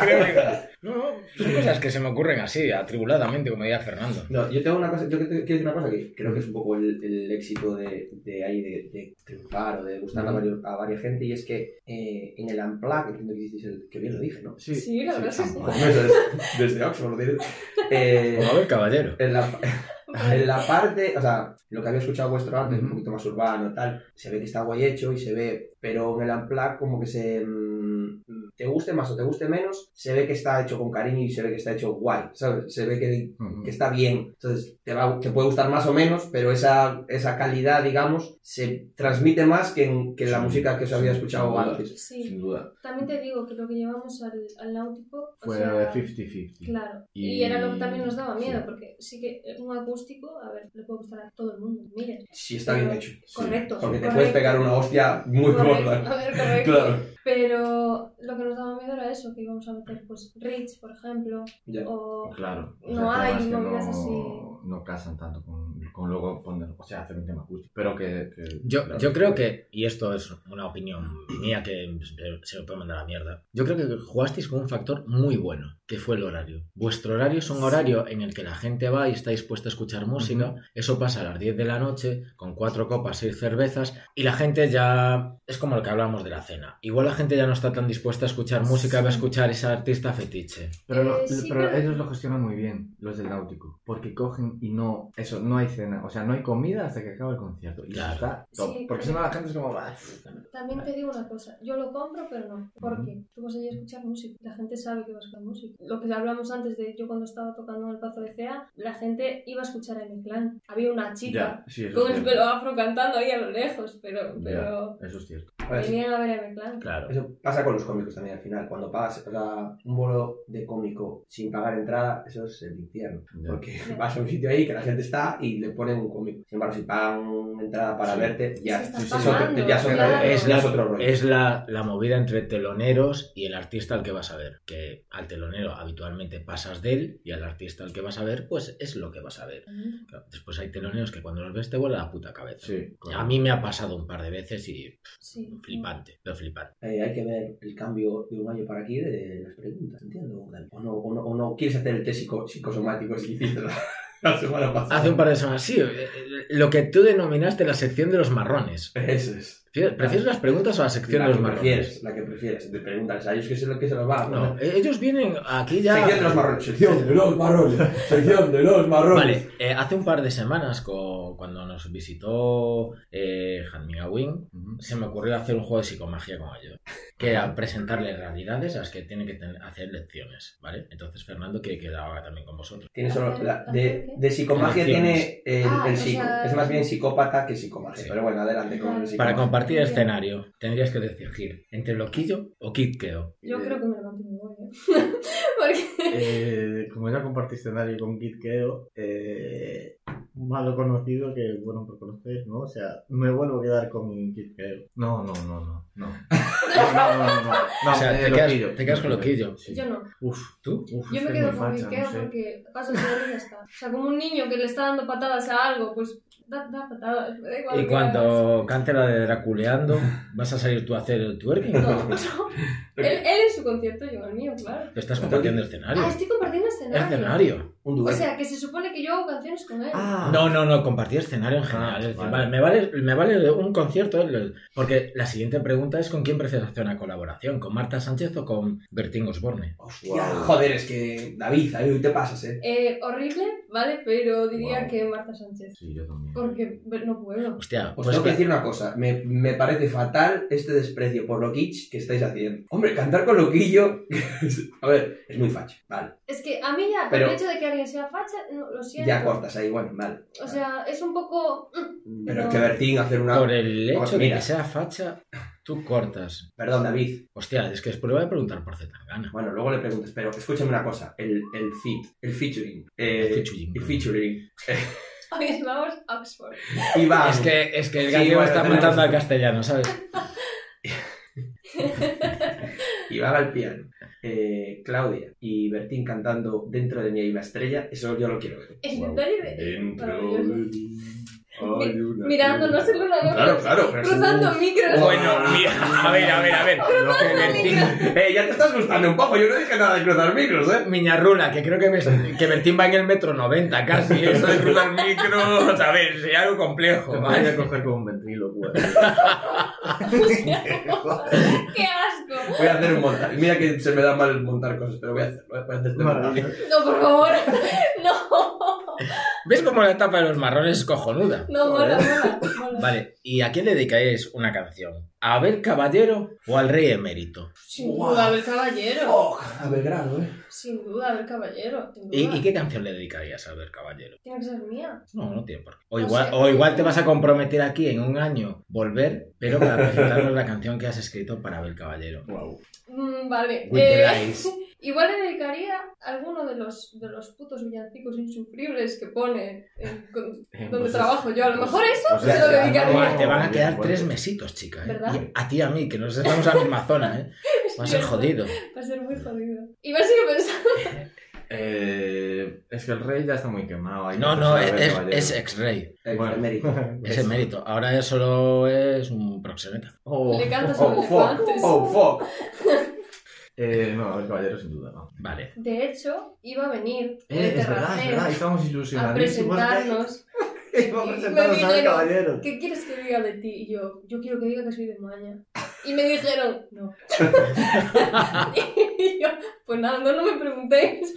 Speaker 6: Creo que no.
Speaker 1: No, no, son cosas que se me ocurren así, atribuladamente, como diría Fernando.
Speaker 2: No, yo tengo una cosa, yo que- quiero decir una cosa que creo que es un poco el, el éxito de, de ahí, de, de triunfar o de gustar a,
Speaker 4: Ujú.
Speaker 2: varios- a varias gente, y es que eh, en el Unplugged, entiendo que hicisteis el- que bien lo dije, ¿no?
Speaker 4: Sí,
Speaker 3: Sí, la verdad es que sí.
Speaker 4: tampoco.
Speaker 2: Hombre, desde, desde Oxford, ¿eh? Eh,
Speaker 1: Como a ver, caballero.
Speaker 2: en la, en la parte, o sea, lo que había escuchado vuestro antes, un
Speaker 4: Ujú.
Speaker 2: poquito más urbano, tal, se ve que está guay hecho y se ve, pero en el Unplugged como que se... mm, te guste más o te guste menos, se ve que está hecho con cariño y se ve que está hecho guay, ¿sabes? Se ve que
Speaker 4: Ujú.
Speaker 2: que está bien. Entonces, te, va, te puede gustar más o menos, pero esa, esa calidad, digamos, se transmite más que en, que en la
Speaker 4: Sí,
Speaker 2: música que os
Speaker 4: sí,
Speaker 2: había
Speaker 4: sin
Speaker 2: escuchado
Speaker 4: duda.
Speaker 2: antes.
Speaker 3: Sí,
Speaker 4: Sin duda.
Speaker 3: también te digo que lo que llevamos al, al náutico. o
Speaker 4: Fue
Speaker 3: sea,
Speaker 4: 50-50.
Speaker 3: Claro, y...
Speaker 4: Y-
Speaker 3: era lo que también nos daba miedo,
Speaker 4: sí.
Speaker 3: porque sí que un acústico, a ver, le puede gustar a todo el mundo, mira.
Speaker 2: Sí, está bien hecho.
Speaker 3: Correcto.
Speaker 2: Porque te
Speaker 3: correcto.
Speaker 2: puedes pegar una hostia muy
Speaker 3: Correcto,
Speaker 2: gorda.
Speaker 3: A ver, correcto.
Speaker 2: Claro.
Speaker 3: Pero lo que nos daba miedo era eso, que íbamos a meter pues Rich, por ejemplo,
Speaker 2: Ya.
Speaker 3: o
Speaker 4: Claro.
Speaker 3: No hay
Speaker 4: temas que
Speaker 3: movidas
Speaker 4: no,
Speaker 3: así.
Speaker 4: No casan tanto con, con luego poner, o sea, hacer un tema acústico. Pero que. que-
Speaker 1: Yo,
Speaker 4: claro,
Speaker 1: yo
Speaker 3: Eh,
Speaker 1: creo que, y esto es una opinión mía que se- se me puede mandar a la mierda, yo creo que jugasteis con un factor muy bueno, que fue el horario. Vuestro horario es un
Speaker 3: Sí.
Speaker 1: horario en el que la gente va y está dispuesta a escuchar música, eso pasa a las 10 de la noche, con cuatro copas, seis cervezas, y la gente ya es como lo que hablábamos de la cena. Igual la gente ya no está tan dispuesta a escuchar música, va a escuchar ese artista fetiche.
Speaker 4: Pero, lo-
Speaker 3: Eh, sí,
Speaker 4: pero
Speaker 3: pero-
Speaker 4: ellos lo gestionan muy bien, los del Náutico. Porque cogen y no. Eso, no hay cena. O sea, no hay comida hasta que acaba el concierto. Y
Speaker 1: Claro.
Speaker 4: eso está top.
Speaker 3: Sí,
Speaker 4: porque
Speaker 3: sí.
Speaker 4: si no, la gente es como. "Bah".
Speaker 3: También te digo una cosa, yo lo compro, pero no. Porque tú vas allí a escuchar música, la gente sabe que vas a escuchar música. Lo que hablamos antes de yo cuando estaba tocando en el Pazo de Cea, la gente iba a escuchar a mi clan. Había una chica
Speaker 4: Ya, sí, eso
Speaker 3: con
Speaker 4: es
Speaker 3: el
Speaker 4: cierto.
Speaker 3: pelo afro cantando ahí a lo lejos, pero,
Speaker 4: Ya.
Speaker 3: pero
Speaker 4: Eso es cierto.
Speaker 2: A ver, sí.
Speaker 3: venían a ver a mi clan.
Speaker 1: Claro.
Speaker 2: Eso pasa con los cómicos también al final. Cuando pagas o sea, un bolo de cómico sin pagar entrada, eso es el infierno.
Speaker 4: Ya.
Speaker 2: Porque vas a un sitio ahí que la gente está y le ponen un cómico. Sin embargo, si pagan una entrada para
Speaker 4: Sí.
Speaker 2: verte, ya,
Speaker 3: Se están
Speaker 2: es otro-
Speaker 3: pagando,
Speaker 2: ya es otro-
Speaker 3: claro.
Speaker 2: es- ya es otro rollo.
Speaker 1: Es la, la movida entre teloneros y el artista al que vas a ver. Que al telonero habitualmente pasas de él y al artista al que vas a ver, pues es lo que vas a ver. Claro, Después hay teloneros que cuando los ves te vuela la puta cabeza.
Speaker 4: Sí. claro.
Speaker 1: A mí me ha pasado un par de veces y
Speaker 3: Sí.
Speaker 1: flipante, pero flipante.
Speaker 2: Eh, hay que ver el cambio de un año para aquí de las preguntas, entiendo. Dani. O no, o no, o no quieres hacer el test psico- psicosomático si hiciste la, la semana pasada.
Speaker 1: Hace un par de semanas, sí, eh, eh, lo que tú denominaste la sección de los marrones.
Speaker 2: Eso es.
Speaker 1: Fíjate, ¿Prefieres las preguntas o la sección
Speaker 2: La
Speaker 1: de
Speaker 2: que
Speaker 1: los marrones?
Speaker 2: prefieres, la que prefieres. Te preguntas a ellos qué es lo que se los va.
Speaker 1: No, eh, ellos vienen aquí ya.
Speaker 2: Sección de los marrones. Sección de los marrones. Sección de los marrones.
Speaker 1: Vale, eh, hace un par de semanas, co- cuando nos visitó eh, Hanmina Wing,
Speaker 4: Ujú.
Speaker 1: se me ocurrió hacer un juego de psicomagia con ellos. Que era presentarle realidades a las que tiene que ten- hacer lecciones, ¿vale? Entonces Fernando quiere que la haga también con vosotros.
Speaker 2: Tiene solo,
Speaker 3: Hacer-
Speaker 2: la-
Speaker 3: hacer
Speaker 2: de,
Speaker 3: qué?
Speaker 2: de psicomagia tiene eh, el,
Speaker 3: Ah,
Speaker 2: el
Speaker 3: o
Speaker 2: psico.
Speaker 3: sea-
Speaker 2: Es más bien psicópata que psicomagia.
Speaker 1: Sí.
Speaker 2: Pero bueno, adelante con el
Speaker 3: Para
Speaker 1: Para
Speaker 2: psicomagia.
Speaker 1: compartir escenario, tendrías que decidir entre loquillo o kitkeo.
Speaker 3: Yo
Speaker 2: Eh,
Speaker 3: creo que me levanto y me voy, ¿eh? Porque
Speaker 4: Eh, como ya compartí escenario con Kid Keo, eh,
Speaker 7: malo conocido que bueno por conocer, ¿no? O sea, me vuelvo a quedar con Kid Keo.
Speaker 4: No, no, no, no. No, no, no, no. no. No,
Speaker 1: O sea,
Speaker 4: eh,
Speaker 1: te quedas-
Speaker 4: loquillo.
Speaker 1: te quedas con loquillo.
Speaker 4: Sí.
Speaker 3: Yo no.
Speaker 4: Uf,
Speaker 1: ¿Tú?
Speaker 4: uf,
Speaker 3: Yo
Speaker 4: es
Speaker 3: me
Speaker 4: que
Speaker 3: quedo
Speaker 4: muy
Speaker 3: con
Speaker 4: facha,
Speaker 3: Ikea
Speaker 4: no sé.
Speaker 3: porque paso todo y ya está. O sea, como un niño que le está dando patadas a algo, pues da, da patadas. me da igual
Speaker 1: Y
Speaker 3: que hagas.
Speaker 1: cuando cante la de Draculeando, ¿vas a salir tú a hacer el twerking?
Speaker 3: No, no. Él, él en su concierto, yo en el mío, claro.
Speaker 1: Te estás compartiendo
Speaker 3: Ah,
Speaker 1: escenario.
Speaker 3: estoy compartiendo escenario.
Speaker 1: Escenario.
Speaker 2: Un
Speaker 3: O
Speaker 2: duelo.
Speaker 3: sea, que se supone que yo hago canciones con él.
Speaker 4: Ah,
Speaker 1: No, no, no, compartir escenario en
Speaker 2: Ah,
Speaker 1: general. Es decir,
Speaker 4: vale.
Speaker 1: vale, me, vale, me vale un concierto, el- porque la siguiente pregunta es ¿con quién prefieres hacer una colaboración? ¿Con Marta Sánchez o con Bertín Osborne?
Speaker 2: Hostia, joder, es que David, ahí te pasas, eh.
Speaker 3: Eh, horrible, ¿vale? Pero diría
Speaker 4: Wow.
Speaker 3: que Marta Sánchez.
Speaker 4: Sí, yo también.
Speaker 3: Porque no puedo.
Speaker 1: Hostia,
Speaker 2: Os
Speaker 1: pues
Speaker 2: tengo que
Speaker 1: que-
Speaker 2: decir una cosa, me, me parece fatal este desprecio por lo kitsch que estáis haciendo. Hombre, cantar con loquillo. a ver, es muy facha, vale.
Speaker 3: Es que a mí ya,
Speaker 2: Pero-
Speaker 3: por el hecho de que alguien sea facha, no, lo siento.
Speaker 2: Ya cortas ahí, bueno, vale.
Speaker 3: O sea, es un poco...
Speaker 2: Pero
Speaker 3: no.
Speaker 2: es que Bertín hacer una.
Speaker 1: por el
Speaker 2: Pues
Speaker 1: hecho de
Speaker 2: mira.
Speaker 1: que sea facha, tú cortas.
Speaker 2: Perdón, David.
Speaker 1: Hostia, es que es prueba de preguntar por Zetangana.
Speaker 2: Bueno, luego le preguntas, pero escúchame una cosa, el, el fit, el featuring. eh,
Speaker 1: El featuring.
Speaker 2: El featuring.
Speaker 3: Hoy nos vamos a Oxford.
Speaker 2: Iván.
Speaker 1: Es que, es que el
Speaker 2: Ah, Sí,
Speaker 1: gallego
Speaker 2: bueno,
Speaker 1: está
Speaker 2: tenemos-
Speaker 1: apuntando al castellano, ¿sabes?
Speaker 2: Iván al piano. eh, Claudia y Bertín cantando Dentro de mí hay una estrella, eso yo lo quiero ver.
Speaker 3: El detalle de- maravilloso.
Speaker 2: mí hay una
Speaker 3: Mirándonos el
Speaker 2: estrella.
Speaker 3: uno al otro.
Speaker 2: Claro, claro. pero es un-
Speaker 3: Cruzando
Speaker 2: Ah.
Speaker 3: micros.
Speaker 6: Bueno, mira, a ver, a ver, a ver. Que Bertín-
Speaker 2: Eh, ya te estás gustando un poco, yo no dije nada de cruzar micros, ¿eh?
Speaker 1: Miñarrula, que creo que, me- que Bertín va en el metro 90 casi. ¿eh?
Speaker 6: Eso de cruzar micros, a ver, sería algo complejo.
Speaker 4: Te voy a
Speaker 6: ¿vale?
Speaker 4: coger como un ¿eh? ventriloquio.
Speaker 3: ¡Qué asco!
Speaker 2: Voy a hacer un montaje. Mira que se me da mal montar cosas, pero voy a hacerlo, ¿eh? Voy a hacer este montaje.
Speaker 4: Maravilloso.
Speaker 3: No, por favor. No.
Speaker 1: ¿Ves cómo la tapa de los marrones es cojonuda?
Speaker 3: No, mola, mola. mola.
Speaker 1: Vale, ¿y a quién le dedicáis una canción? ¿A Abel Caballero o al Rey Emérito?
Speaker 3: Sin duda, el caballero.
Speaker 2: Oh, a Belgrado, ¿eh?
Speaker 3: Sin duda, el caballero. Sin
Speaker 1: ¿Y,
Speaker 3: duda.
Speaker 1: y qué canción le dedicarías a Abel Caballero?
Speaker 3: Tiene que ser mía.
Speaker 1: No, no tiene por qué. O
Speaker 3: No
Speaker 1: igual,
Speaker 3: sé.
Speaker 1: o igual te vas a comprometer aquí en un año volver, pero para presentarnos la canción que has escrito para Abel Caballero.
Speaker 4: Guau.
Speaker 3: Mm, vale.
Speaker 1: With the
Speaker 3: Eh,
Speaker 1: lights.
Speaker 3: Igual le dedicaría a alguno de los, de los putos villancicos insufribles que pone en- con- donde
Speaker 4: Pues
Speaker 3: trabajo yo. A lo
Speaker 4: pues-
Speaker 3: mejor eso
Speaker 4: o sea,
Speaker 3: se lo
Speaker 4: ya,
Speaker 3: dedicaría. pues.
Speaker 1: Buah, te van a
Speaker 4: Bien,
Speaker 1: quedar
Speaker 4: bueno.
Speaker 1: tres mesitos, chica. ¿eh?
Speaker 3: ¿Verdad?
Speaker 1: Y a ti y a mí, que nos estamos en la misma zona, ¿eh? Va a ser jodido.
Speaker 3: Va a ser muy jodido. Igual sigue pensando.
Speaker 4: Eh, es que el rey ya está muy quemado. hay
Speaker 1: No,
Speaker 4: que
Speaker 1: no,
Speaker 4: pasar a
Speaker 1: es,
Speaker 4: ver
Speaker 1: es,
Speaker 4: caballero.
Speaker 1: es ex-rey.
Speaker 4: Bueno.
Speaker 2: Mérito.
Speaker 1: Es emérito. Ahora ya solo es un proxeneta.
Speaker 4: Oh,
Speaker 3: Le cantas a
Speaker 2: Oh,
Speaker 3: los
Speaker 2: fuck.
Speaker 3: elefantes.
Speaker 2: Oh, fuck.
Speaker 4: eh, no, a ver, caballero, sin duda, no.
Speaker 1: Vale.
Speaker 3: De hecho, iba a venir
Speaker 4: Eh,
Speaker 3: el
Speaker 4: es verdad, es
Speaker 3: terraceo
Speaker 4: verdad, estamos
Speaker 3: a
Speaker 4: ilusionadísimos.
Speaker 3: presentarnos.
Speaker 4: Vamos
Speaker 3: Y
Speaker 4: a
Speaker 3: me
Speaker 4: presentarnos al
Speaker 3: dijeron,
Speaker 4: caballero.
Speaker 3: ¿Qué quieres que diga de ti? Y yo, yo quiero que diga que soy de Maña. Y me dijeron, no. y yo, pues nada, no, no me preguntéis.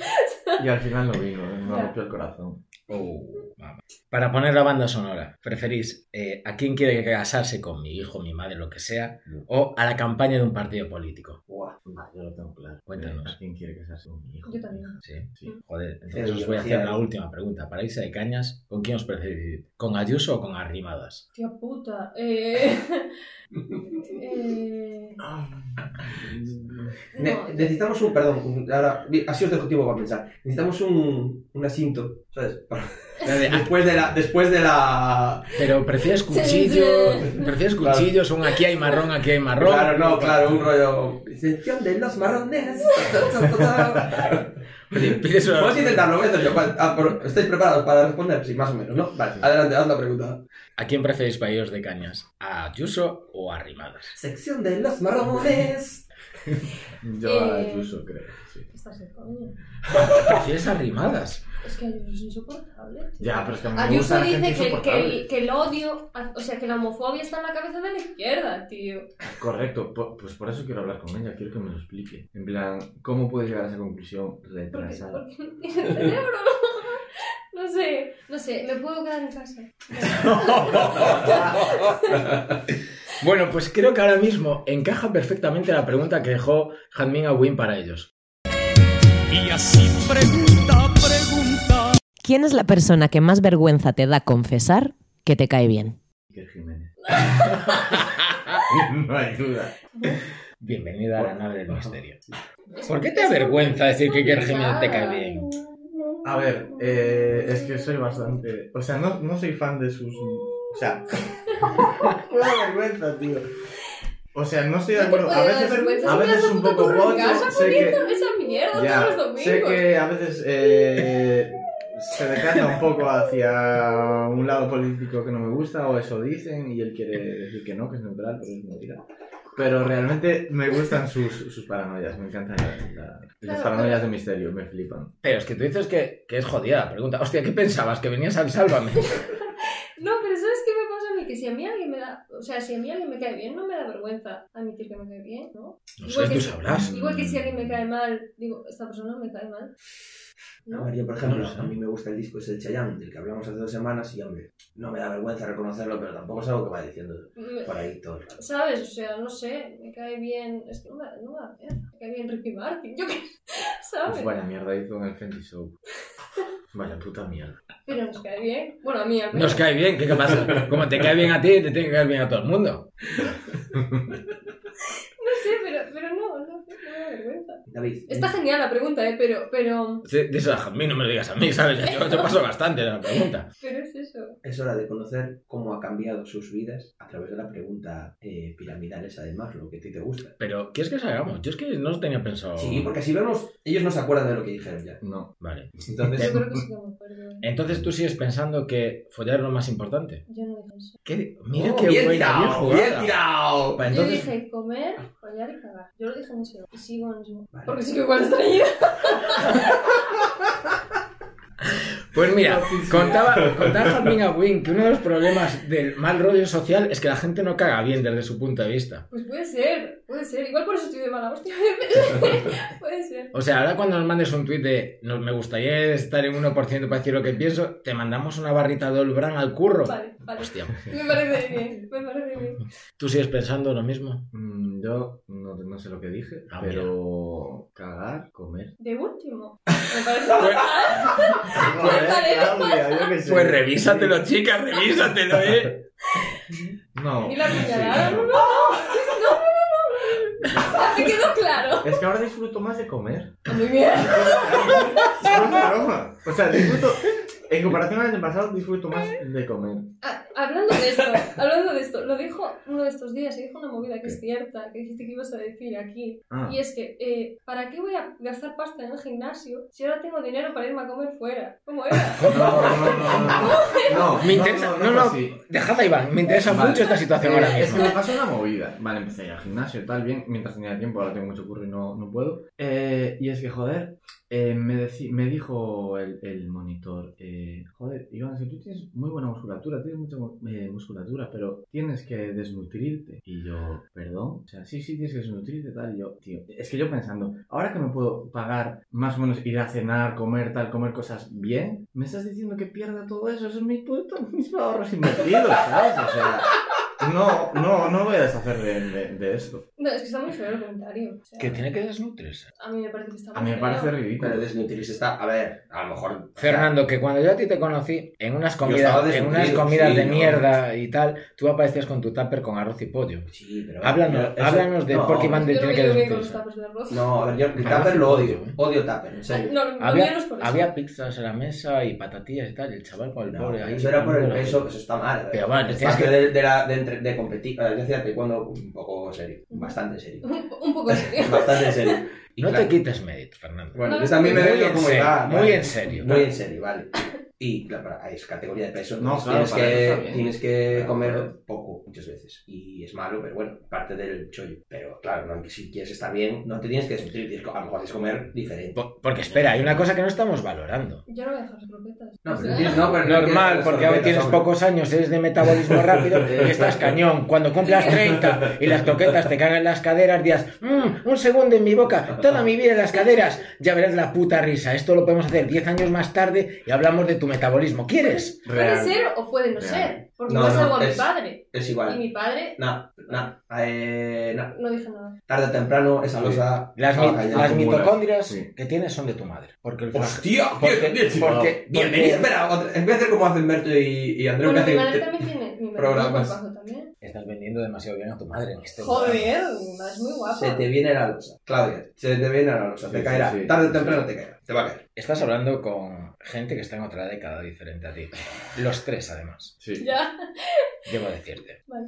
Speaker 4: Y al final no vino, eh, me
Speaker 3: Ya.
Speaker 4: rompió el corazón.
Speaker 1: Oh, mamá. Para poner la banda sonora, ¿preferís eh, a quién quiere casarse con mi hijo, mi madre, lo que sea, o a la campaña de un partido político?
Speaker 2: Buah.
Speaker 4: Yo lo tengo claro.
Speaker 1: Cuéntanos.
Speaker 4: Eh, ¿a ¿Quién quiere casarse con mi hijo?
Speaker 3: Yo también.
Speaker 1: Sí.
Speaker 4: Sí.
Speaker 1: Joder, entonces os voy a hacer la última pregunta. Para irse de cañas, ¿con quién os preferís? ¿Con Ayuso o con Arrimadas?
Speaker 3: Tía puta. Eh, eh,
Speaker 4: Ah,
Speaker 2: Ne-
Speaker 3: no,
Speaker 2: necesitamos un, perdón, un- ahora, vi- así os dejo tiempo para pensar. Necesitamos un, un asinto, ¿sabes? Para- después de la, después de la...
Speaker 1: Pero prefieres cuchillo, prefieres cuchillos, un aquí hay marrón, aquí hay marrón.
Speaker 2: Claro, no, claro, un rollo... Sección de los marrones.
Speaker 1: Oye, Pides una-
Speaker 2: Vamos a intentarlo, voy a hacer yo. Vale, ah, por- ¿Estáis preparados para responder? Sí, más o menos, ¿no? Vale, adelante, haz la pregunta.
Speaker 1: ¿A quién preferís para iros de cañas? ¿A Ayuso o a Arrimadas?
Speaker 2: Sección de los marrones.
Speaker 4: Yo
Speaker 3: Eh,
Speaker 4: a Ayuso creo, sí.
Speaker 3: Estás de coño.
Speaker 1: ¿Prefieres Arrimadas?
Speaker 3: Es que Ayuso es insoportable. tío.
Speaker 4: Ya, pero es que a mí me
Speaker 3: Ayuso
Speaker 4: gusta la gente
Speaker 3: dice que, que,
Speaker 4: insoportable.
Speaker 3: el, que el odio, o sea, que la homofobia está en la cabeza de la izquierda, tío.
Speaker 4: Correcto, po- pues por eso quiero hablar con ella, quiero que me lo explique. En plan, ¿cómo puedes llegar a esa conclusión
Speaker 3: Porque,
Speaker 4: retrasada?
Speaker 3: porque no tiene cerebro. No sé, no sé, me puedo quedar en casa.
Speaker 1: Bueno, pues creo que ahora mismo encaja perfectamente la pregunta que dejó Jasmine Awin para ellos.
Speaker 8: Y así pregunta, pregunta.
Speaker 9: ¿Quién es la persona que más vergüenza te da confesar que te cae bien?
Speaker 4: Que Jiménez. no hay duda.
Speaker 1: Bienvenida a la nave del misterio.
Speaker 3: Es-
Speaker 1: ¿Por qué te
Speaker 3: es
Speaker 1: avergüenza
Speaker 3: complicado.
Speaker 1: decir que Iker Jiménez te cae bien?
Speaker 3: No,
Speaker 4: A ver, eh, es que soy bastante. O sea, no, no soy fan de sus. O sea.
Speaker 7: Una vergüenza, tío.
Speaker 4: O sea, no estoy de
Speaker 3: No te
Speaker 4: acuerdo. A
Speaker 3: puede dar
Speaker 4: veces,
Speaker 3: vergüenza,
Speaker 4: a
Speaker 3: si
Speaker 4: veces
Speaker 3: pasas
Speaker 4: un
Speaker 3: puto
Speaker 4: poco
Speaker 3: curro en
Speaker 4: pocho.
Speaker 3: casa
Speaker 4: Sé que,
Speaker 3: poniendo esa mierda todos los
Speaker 4: ya,
Speaker 3: domingos.
Speaker 4: sé que a veces eh, se decanta un poco hacia un lado político que no me gusta, o eso dicen, y él quiere decir que no, que es neutral, pero es mentira. Pero realmente me gustan sus, sus paranoias, me encantan la- la- las
Speaker 3: Claro,
Speaker 4: paranoias de misterio, me flipan.
Speaker 1: Pero es que tú dices que, que es jodida la pregunta. Hostia, ¿qué pensabas? ¿Que venías al Sálvame?
Speaker 3: No, pero ¿sabes qué me pasa a mí? Que si a mí alguien me da... O sea, si a mí alguien me cae bien, no me da vergüenza admitir que me cae bien, ¿no?
Speaker 1: No
Speaker 3: Igual
Speaker 1: sé,
Speaker 3: que
Speaker 1: tú
Speaker 3: sí.
Speaker 1: sabrás.
Speaker 3: Igual que si alguien me cae mal, digo, esta persona me cae mal.
Speaker 2: A
Speaker 3: ¿No?
Speaker 2: ver, yo, por ejemplo,
Speaker 1: No lo sé.
Speaker 2: a mí me gusta el disco ese de Chayanne, del que hablamos hace dos semanas, y hombre, no me da vergüenza reconocerlo, pero tampoco es algo que vaya diciendo
Speaker 3: Me-
Speaker 2: por ahí todo el rato.
Speaker 3: ¿Sabes? O sea, no sé, me cae bien... Es que no me da no me da vergüenza, me cae bien Ricky Martin, yo qué
Speaker 4: Pues
Speaker 3: ¿sabes?
Speaker 4: vaya mierda hizo en el Fenty Show. Vaya puta mierda.
Speaker 3: Pero nos cae bien. Bueno, a mí al menos.
Speaker 1: Nos cae bien, ¿qué, qué pasa? Como te cae bien a ti, te tiene que caer bien a todo el mundo.
Speaker 3: No sé, pero, pero no, no, no me da vergüenza.
Speaker 2: David,
Speaker 3: Está genial la pregunta, ¿eh? Pero, pero,
Speaker 1: Sí, Dices a mí, no me lo digas a mí, ¿sabes? Yo te paso bastante la pregunta.
Speaker 3: pero es eso.
Speaker 2: es hora de conocer cómo ha cambiado sus vidas a través de la pregunta eh, piramidal esa de Maslow, que a ti te gusta.
Speaker 1: Pero, ¿qué es que salgamos? Yo es que no os tenía pensado.
Speaker 2: Sí, porque si vemos, ellos no se acuerdan de lo que dijeron ya.
Speaker 4: No.
Speaker 1: Vale.
Speaker 3: Yo
Speaker 2: Entonces,
Speaker 3: creo que sí que me acuerdo. ¿eh?
Speaker 1: Entonces tú sigues pensando que follar es lo más importante.
Speaker 3: Yo no dije eso.
Speaker 1: ¿Qué? Mira
Speaker 2: ¡Oh,
Speaker 1: qué
Speaker 2: bien
Speaker 1: buena, bien
Speaker 2: tirado,
Speaker 1: jugada.
Speaker 2: bien tirado.
Speaker 1: Vale,
Speaker 3: Yo
Speaker 1: entonces,
Speaker 3: dije comer, follar y cagar. Yo lo dije en ese orden. Y sigo en ese orden.
Speaker 2: Vale.
Speaker 3: Porque sigo igual extrañida.
Speaker 1: pues mira, contaba, contaba Jasmine a Wing que uno de los problemas del mal rollo social es que la gente no caga bien desde su punto de vista.
Speaker 3: Pues puede ser, puede ser. Igual por eso estoy de mala hostia. puede ser.
Speaker 1: O sea, ahora cuando nos mandes un tuit de "No- me gustaría estar en 1% para decir lo que pienso, te mandamos una barrita de Olbran al curro.
Speaker 3: Vale, vale.
Speaker 1: Hostia,
Speaker 3: Me parece bien, me parece bien.
Speaker 1: ¿tú sigues pensando lo mismo?
Speaker 4: Mm, Yo no, no sé lo que dije,
Speaker 1: Ah,
Speaker 4: pero cagar, comer.
Speaker 3: De último. Me parece fatal.
Speaker 7: Joder,
Speaker 3: vale.
Speaker 7: Claudia, yo qué sé.
Speaker 1: Pues revísatelo, chicas, revísatelo, ¿eh?
Speaker 4: No.
Speaker 3: Y la
Speaker 4: sí,
Speaker 3: puñalada.
Speaker 4: no.
Speaker 3: No, no, no. No, no, no, no. Me quedó claro.
Speaker 4: Es que ahora disfruto más de comer.
Speaker 3: Muy bien.
Speaker 4: No es broma. O sea, disfruto. En comparación al año pasado, disfruto más de comer.
Speaker 3: Ah, Hablando de esto, hablando de esto, lo dijo uno de estos días, se dijo una movida que es cierta, que dijiste que ibas a decir aquí,
Speaker 4: Ah,
Speaker 3: Y es que, eh, ¿para qué voy a gastar pasta en el gimnasio si ahora tengo dinero para irme a comer fuera? ¿Cómo era?
Speaker 4: No, no, no, no, no. No,
Speaker 1: Me interesa-
Speaker 4: no,
Speaker 1: no,
Speaker 4: no,
Speaker 1: no.
Speaker 4: fue así.
Speaker 1: Dejadla, Iván, me interesa
Speaker 4: Vale.
Speaker 1: mucho esta situación ahora
Speaker 4: Eh, Es que
Speaker 1: mismo.
Speaker 4: me pasó una movida. Vale, empecé a ir al gimnasio y tal, bien, mientras tenía tiempo, ahora tengo mucho curro y no, no puedo. Eh, y es que, joder, eh, me, deci- me dijo el, el monitor, eh, joder, Iván, si tú tienes muy buena musculatura, tienes mucha mu- eh, musculatura, pero tienes que desnutrirte. Y yo, perdón, o sea, sí, sí, tienes que desnutrirte, tal, y yo, tío, es que yo pensando, ahora que me puedo pagar más o menos ir a cenar, comer, tal, comer cosas bien, me estás diciendo que pierda todo eso, esos mis, putos- mis ahorros invertidos, ¿sabes? O sea... No, no, no voy a deshacer de, de- de esto.
Speaker 3: No, es que está muy feo el comentario. o sea,
Speaker 1: Que tiene que desnutrirse.
Speaker 3: A mí me parece que está muy
Speaker 4: A mí me
Speaker 3: feo.
Speaker 4: parece
Speaker 2: pero
Speaker 4: ridículo.
Speaker 2: desnutrirse está, a ver, a lo mejor...
Speaker 1: Fernando, que cuando yo a ti te conocí, en unas
Speaker 2: estaba
Speaker 1: comidas, en
Speaker 2: desnutrido,
Speaker 1: unas comidas
Speaker 2: sí,
Speaker 1: de
Speaker 2: no.
Speaker 1: mierda y tal, tú aparecías con tu tupper con arroz y pollo.
Speaker 2: Sí, pero...
Speaker 1: Háblanos,
Speaker 2: Eso-
Speaker 1: háblanos de por qué
Speaker 3: Yo
Speaker 1: Iván
Speaker 3: no
Speaker 1: tiene que
Speaker 3: veo bien con los
Speaker 1: desnutrirse.
Speaker 3: tapos de arroz.
Speaker 2: No, a ver, yo el
Speaker 1: Claro,
Speaker 2: tupper lo odio.
Speaker 1: odio, ¿eh?
Speaker 2: Odio tupper, en
Speaker 3: Ay,
Speaker 2: serio.
Speaker 3: no, no,
Speaker 1: Había,
Speaker 3: no por eso.
Speaker 1: había pizzas en la mesa y patatillas y tal, y el chaval con el
Speaker 2: No,
Speaker 1: pobre ahí.
Speaker 2: eso era por el
Speaker 1: comiendo la-
Speaker 2: peso, que eso está mal.
Speaker 1: Pero bueno,
Speaker 2: es
Speaker 1: tienes
Speaker 2: parte
Speaker 1: que-
Speaker 2: de, de la, de, entre- de competir. A ver, yo hacía taekwondo un poco serio, bastante serio.
Speaker 3: Un, un poco serio.
Speaker 2: Bastante serio. Y
Speaker 1: No
Speaker 2: claro,
Speaker 1: te quites mérito, Fernando.
Speaker 2: Bueno,
Speaker 3: No,
Speaker 2: yo también me
Speaker 1: muy
Speaker 2: veo
Speaker 1: en
Speaker 2: como
Speaker 1: serio,
Speaker 2: edad,
Speaker 1: muy
Speaker 2: vale.
Speaker 1: en serio.
Speaker 2: Muy en serio, vale. Y claro, para- es categoría de peso.
Speaker 4: No,
Speaker 2: entonces
Speaker 4: claro, para eso está
Speaker 2: tienes, que,
Speaker 4: bien.
Speaker 2: tienes que
Speaker 4: Claro,
Speaker 2: comer
Speaker 4: claro.
Speaker 2: poco muchas veces. Y es malo, pero bueno, parte del chollo. Pero claro, no, aunque si quieres estar bien, no te tienes que desnutrir. tienes que- A lo mejor tienes que comer diferente.
Speaker 1: Po- Porque espera, hay una cosa que no estamos valorando.
Speaker 3: Yo no voy a dejar las croquetas.
Speaker 2: Pues No,
Speaker 3: O
Speaker 2: pero
Speaker 3: sea,
Speaker 2: tienes- no, pero no quieres
Speaker 1: Normal,
Speaker 2: las
Speaker 1: porque hoy
Speaker 2: croquetas,
Speaker 1: tienes
Speaker 2: hombre.
Speaker 1: pocos años, eres de metabolismo rápido y estás cañón. Cuando cumplas 30 y las croquetas te cagan en las caderas, dirás, "Mm, un segundo en mi boca, toda mi vida en las caderas. Ya verás la puta risa. Esto lo podemos hacer 10 años más tarde y hablamos de tu metabolismo. ¿Quieres?
Speaker 3: Puede
Speaker 4: Real.
Speaker 3: ser o puede no
Speaker 4: Real.
Speaker 3: ser. Porque
Speaker 2: No,
Speaker 3: no, es
Speaker 2: no,
Speaker 3: algo a mi
Speaker 2: es-
Speaker 3: padre.
Speaker 2: Es
Speaker 3: Y
Speaker 2: igual.
Speaker 3: mi padre
Speaker 2: No, no, eh, no.
Speaker 3: no dije nada.
Speaker 2: Tarde o temprano esa
Speaker 4: Sí.
Speaker 2: losa.
Speaker 1: Las,
Speaker 2: acaba
Speaker 1: mi-
Speaker 2: cayendo.
Speaker 1: las
Speaker 4: acumulas.
Speaker 1: mitocondrias
Speaker 4: Sí.
Speaker 1: que tienes son de tu madre. Porque
Speaker 2: Pues,
Speaker 1: el flag-
Speaker 2: ¡Hostia!
Speaker 1: Porque-
Speaker 2: bien, bien,
Speaker 1: porque-
Speaker 2: bien. Bienvenido. Espera, otra- voy a hacer como hacen Berto y, y Andreu.
Speaker 3: Bueno,
Speaker 2: que
Speaker 3: mi
Speaker 2: hacen-
Speaker 3: madre también tiene. Mi madre tiene
Speaker 2: programas.
Speaker 3: bajo también.
Speaker 1: Estás vendiendo entendiendo demasiado bien a tu madre en este momento.
Speaker 3: Joder, es muy guapo.
Speaker 2: Se te viene la losa. Claudia, se te viene la losa. te
Speaker 4: Sí,
Speaker 2: caerá.
Speaker 4: sí, sí.
Speaker 2: Tarde o temprano te caerá. Te va a caer.
Speaker 1: Estás hablando con gente que está en otra década diferente a ti. Los tres, además,
Speaker 4: Sí.
Speaker 3: Ya,
Speaker 1: debo decirte.
Speaker 3: vale.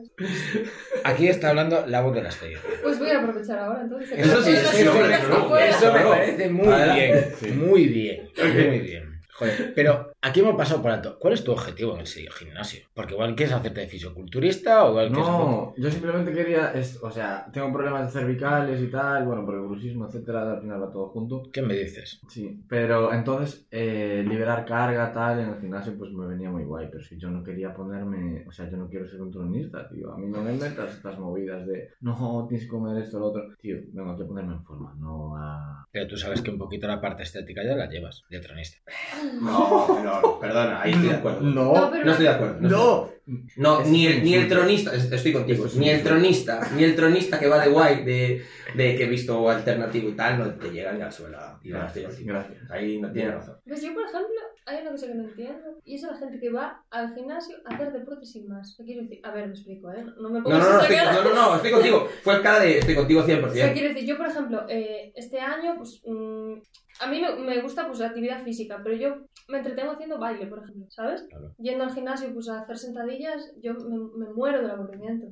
Speaker 1: Aquí está hablando la voz de la experiencia.
Speaker 3: Pues voy a aprovechar ahora entonces.
Speaker 1: Eso sí,
Speaker 3: Todas las
Speaker 1: sí,
Speaker 2: hombre,
Speaker 3: escenas
Speaker 2: claro,
Speaker 3: que pueda.
Speaker 1: Eso me
Speaker 2: Claro.
Speaker 1: parece muy
Speaker 2: Adelante.
Speaker 1: bien.
Speaker 4: Sí.
Speaker 1: Muy bien. Muy bien. Joder, pero aquí hemos pasado por alto. ¿Cuál es tu objetivo en el gimnasio? Porque igual quieres hacerte de fisioculturista o igual quieres...
Speaker 4: No, yo simplemente quería, es- o sea, tengo problemas de cervicales y tal, bueno, por el bruxismo, etcétera, al final va todo junto.
Speaker 1: ¿Qué me dices?
Speaker 4: Sí, pero entonces eh, liberar carga tal en el gimnasio pues me venía muy guay, pero si yo no quería ponerme, o sea, yo no quiero ser un tronista, tío, a mí no me metas estas movidas de, no, tienes que comer esto, lo otro, tío, vengo aquí a ponerme en forma, no a...
Speaker 1: Pero tú sabes que un poquito la parte estética ya la llevas de tronista.
Speaker 2: No, pero, perdona, ahí estoy de acuerdo. No,
Speaker 3: No, pero
Speaker 2: estoy de acuerdo. No, estoy de acuerdo. No,
Speaker 4: Esto
Speaker 2: ni
Speaker 4: es
Speaker 2: el,
Speaker 4: un
Speaker 2: ni el
Speaker 4: insulto.
Speaker 2: tronista, es- estoy contigo,
Speaker 4: Esto es un
Speaker 2: ni el
Speaker 4: insulto.
Speaker 2: tronista, ni el tronista que va de guay, de, de que he visto alternativo y tal, no te llega ni al suelo. Y ahora estoy
Speaker 4: Gracias,
Speaker 2: así.
Speaker 4: gracias.
Speaker 2: Ahí no tiene razón.
Speaker 3: Pues yo, por ejemplo, hay una cosa que no entiendo y es la gente que va al gimnasio a hacer deporte sin más. O sea, quiero decir, a ver, me explico, ¿eh? No
Speaker 2: No,
Speaker 3: me
Speaker 2: no,
Speaker 3: pongas
Speaker 2: no,
Speaker 3: esa
Speaker 2: estoy,
Speaker 3: cara.
Speaker 2: no, no, no, estoy contigo. Fue cara de estoy contigo
Speaker 3: O sea,
Speaker 2: 100%.
Speaker 3: quiero decir, yo, por ejemplo, eh, este año, pues, mm, a mí me, me gusta, pues, la actividad física, pero yo me entretengo haciendo baile, por ejemplo, ¿sabes?
Speaker 1: Claro.
Speaker 3: Yendo al gimnasio, pues, a hacer sentadillas, yo me, me muero del aburrimiento.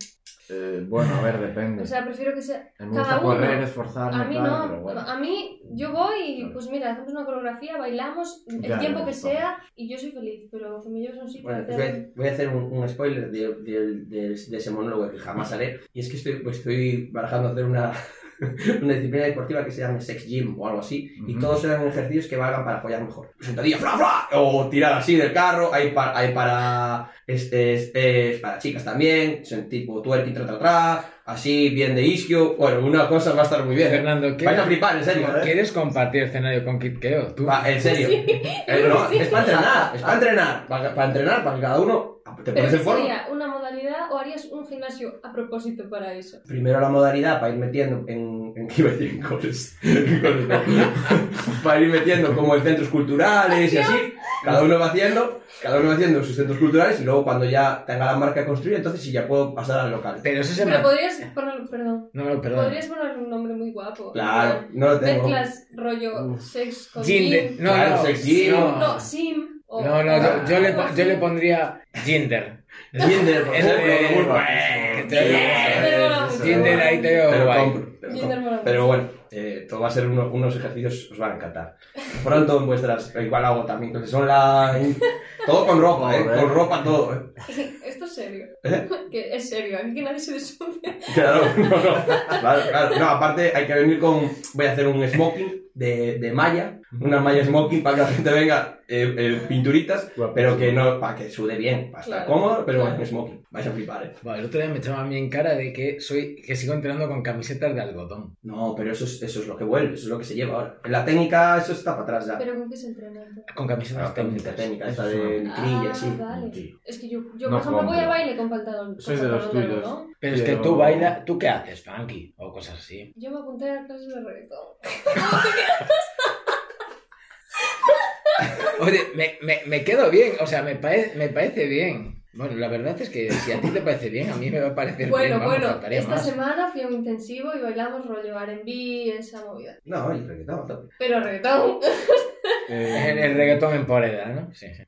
Speaker 4: Eh, bueno, a ver, depende.
Speaker 3: O sea, prefiero que sea...
Speaker 4: me gusta
Speaker 3: cada uno.
Speaker 4: correr, esforzarme,
Speaker 3: A mí
Speaker 4: tal,
Speaker 3: no,
Speaker 4: pero bueno.
Speaker 3: a mí yo voy y
Speaker 4: Claro.
Speaker 3: pues mira, hacemos una coreografía, bailamos el
Speaker 4: Ya,
Speaker 3: tiempo
Speaker 4: ya,
Speaker 3: que
Speaker 4: ya.
Speaker 3: sea y yo soy feliz, pero si me llevas a un sitio...
Speaker 2: Bueno, pues,
Speaker 3: te
Speaker 2: os voy
Speaker 3: hacen-
Speaker 2: a, voy a hacer un, un spoiler de, de- de- de ese monólogo que jamás haré. Y es que estoy, pues, estoy barajando hacer una, una disciplina deportiva que se llama Sex Gym o algo así. Y
Speaker 4: Ujú.
Speaker 2: todos eran ejercicios que valgan para follar mejor. Sentadilla, fla, fla, o tirar así del carro. Hay, pa- hay para, este, este, para chicas también. son Tipo twerking, tra, tra, tra. Así, bien de isquio. Bueno, una cosa va a estar muy bien. ¿eh?
Speaker 1: Fernando, ¿qué-
Speaker 2: Vais a flipar, en serio. ¿eh?
Speaker 1: ¿quieres compartir escenario con Kit Keo? ¿Tú?
Speaker 2: Va, en serio. Eh,
Speaker 3: creo
Speaker 2: no,
Speaker 3: que sí. ah.
Speaker 2: es para entrenar, es para entrenar. Para, para entrenar, para que cada uno te
Speaker 3: ¿Pero
Speaker 2: pones en
Speaker 3: qué
Speaker 2: forma.
Speaker 3: sería una modalidad o harías un gimnasio a propósito para eso?
Speaker 2: Primero la modalidad para ir metiendo en. en ¿Qué iba a decir? En goles. En goles, no. para ir metiendo como en centros culturales y así. Cada uno va haciendo, cada uno va haciendo sus centros culturales y luego cuando ya tenga la marca construida, entonces sí ya puedo pasar al local.
Speaker 1: Pero eso se
Speaker 3: Pero
Speaker 1: me-
Speaker 3: podrías poner, perdón,
Speaker 1: No, no, perdón.
Speaker 3: podrías poner un nombre muy guapo.
Speaker 2: Claro, no lo tengo. eh,
Speaker 3: Mezclas rollo sex con
Speaker 1: Ginder.
Speaker 3: gym.
Speaker 1: No,
Speaker 2: Claro,
Speaker 1: no,
Speaker 2: sexy.
Speaker 1: sí,
Speaker 3: No,
Speaker 1: no.
Speaker 3: sim. o-
Speaker 1: No, no, yo, yo le,
Speaker 3: o
Speaker 1: yo le
Speaker 3: así.
Speaker 1: pondría Ginder.
Speaker 2: Tinder, por
Speaker 1: Es
Speaker 2: ejemplo,
Speaker 1: de-
Speaker 2: lo busco.
Speaker 1: Bueno,
Speaker 2: Eh,
Speaker 1: que
Speaker 3: Tinder,
Speaker 1: te-
Speaker 3: mola mucho.
Speaker 1: Ginder, ahí te veo
Speaker 2: Pero
Speaker 1: guay.
Speaker 2: compro, pero
Speaker 3: Tinder
Speaker 2: compro.
Speaker 3: mola mucho.
Speaker 2: Pero bueno, eh, todo va a ser uno- unos ejercicios, os van a encantar. Pronto en vuestras, igual hago también clases online. Todo con ropa, eh,
Speaker 4: Joder.
Speaker 2: con ropa todo, eh.
Speaker 3: Esto es serio. Que es serio, aquí que nadie se le sube.
Speaker 2: Claro, no, no. Claro, claro. No, aparte hay que venir con. Voy a hacer un smoking de, de malla, una malla smoking para que la gente venga eh, eh, pinturitas, pero que no, para que sude bien, para estar
Speaker 3: Claro.
Speaker 2: cómodo, pero en smoking. Vais a flipar, eh.
Speaker 1: Bueno, el otro día me echaba a mí en cara de que soy que sigo entrenando con camisetas de algodón.
Speaker 2: No, pero eso es, eso es lo que vuelve, eso es lo que se lleva ahora. En la técnica, eso está para atrás ya.
Speaker 3: Pero con qué se entrena. entonces?
Speaker 1: Con camisetas
Speaker 2: la técnica,
Speaker 1: técnicas.
Speaker 2: Ah, técnica,
Speaker 4: Eso
Speaker 2: esta de
Speaker 4: es una-
Speaker 2: crilla,
Speaker 3: Ah,
Speaker 2: sí.
Speaker 3: vale.
Speaker 4: Tío.
Speaker 3: Es que yo, yo
Speaker 4: No
Speaker 3: por ejemplo, voy a
Speaker 4: compro.
Speaker 3: baile con pantalón.
Speaker 4: Soy
Speaker 3: con
Speaker 4: de los
Speaker 3: pantalón
Speaker 4: tuyos.
Speaker 3: algodón.
Speaker 1: Pero es que
Speaker 4: Pero-
Speaker 1: tú bailas, ¿tú qué haces? Funky o cosas así.
Speaker 3: Yo me apunté a clases de reggaetón.
Speaker 1: Oye, me, me, me quedo bien, o sea, me, parece me parece bien. Bueno, la verdad es que si a ti te parece bien, a mí me va a parecer bien.
Speaker 3: Bueno,
Speaker 1: vamos,
Speaker 3: bueno,
Speaker 1: faltaría
Speaker 3: esta
Speaker 1: más.
Speaker 3: semana fui a un intensivo y bailamos rollo R&B, esa movida.
Speaker 2: No, y reggaetón, tope.
Speaker 3: Pero
Speaker 1: Oh,
Speaker 3: reggaetón. Eh,
Speaker 1: El, el reggaetón en Poreda, ¿no? Sí, sí.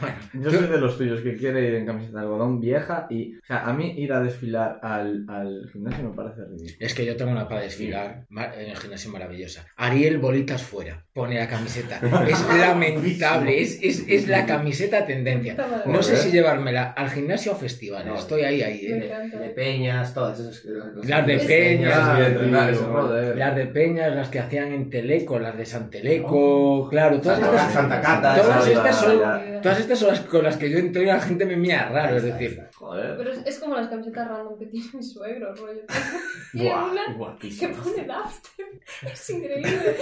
Speaker 1: Bueno,
Speaker 4: Yo soy de los tuyos que quiere ir en camiseta de algodón vieja y, o sea, a mí ir a desfilar al, al gimnasio me parece ridículo.
Speaker 1: es que yo tengo una para desfilar ma- en el gimnasio maravillosa. Ariel Bolitas fuera, pone la camiseta. Es lamentable, es, es, es la camiseta tendencia. No sé si llevármela al gimnasio o a festivales,
Speaker 2: No.
Speaker 1: estoy ahí, ahí.
Speaker 3: Me
Speaker 1: ¿eh?
Speaker 3: encanta.
Speaker 2: De peñas, todas esas.
Speaker 1: Las de peñas,
Speaker 4: Ah,
Speaker 2: bien,
Speaker 4: tío,
Speaker 2: claro, eso,
Speaker 4: joder.
Speaker 1: Las de Peñas, las que hacían en Teleco, las de San Teleco, claro, todas
Speaker 2: Oh, Santa-
Speaker 1: estas,
Speaker 2: Santa Cata,
Speaker 1: todas
Speaker 2: esa-
Speaker 1: estas son-
Speaker 4: ya.
Speaker 1: todas estas son las con las que yo entreno y la gente me mira raro, es
Speaker 2: Ahí está, ahí
Speaker 1: decir,
Speaker 2: está.
Speaker 4: Joder.
Speaker 3: Pero es, es como las camisetas random que tiene mi suegro, rollo. Tiene
Speaker 4: Buah,
Speaker 3: una que
Speaker 4: guapísimo.
Speaker 3: pone dubstep. Es increíble.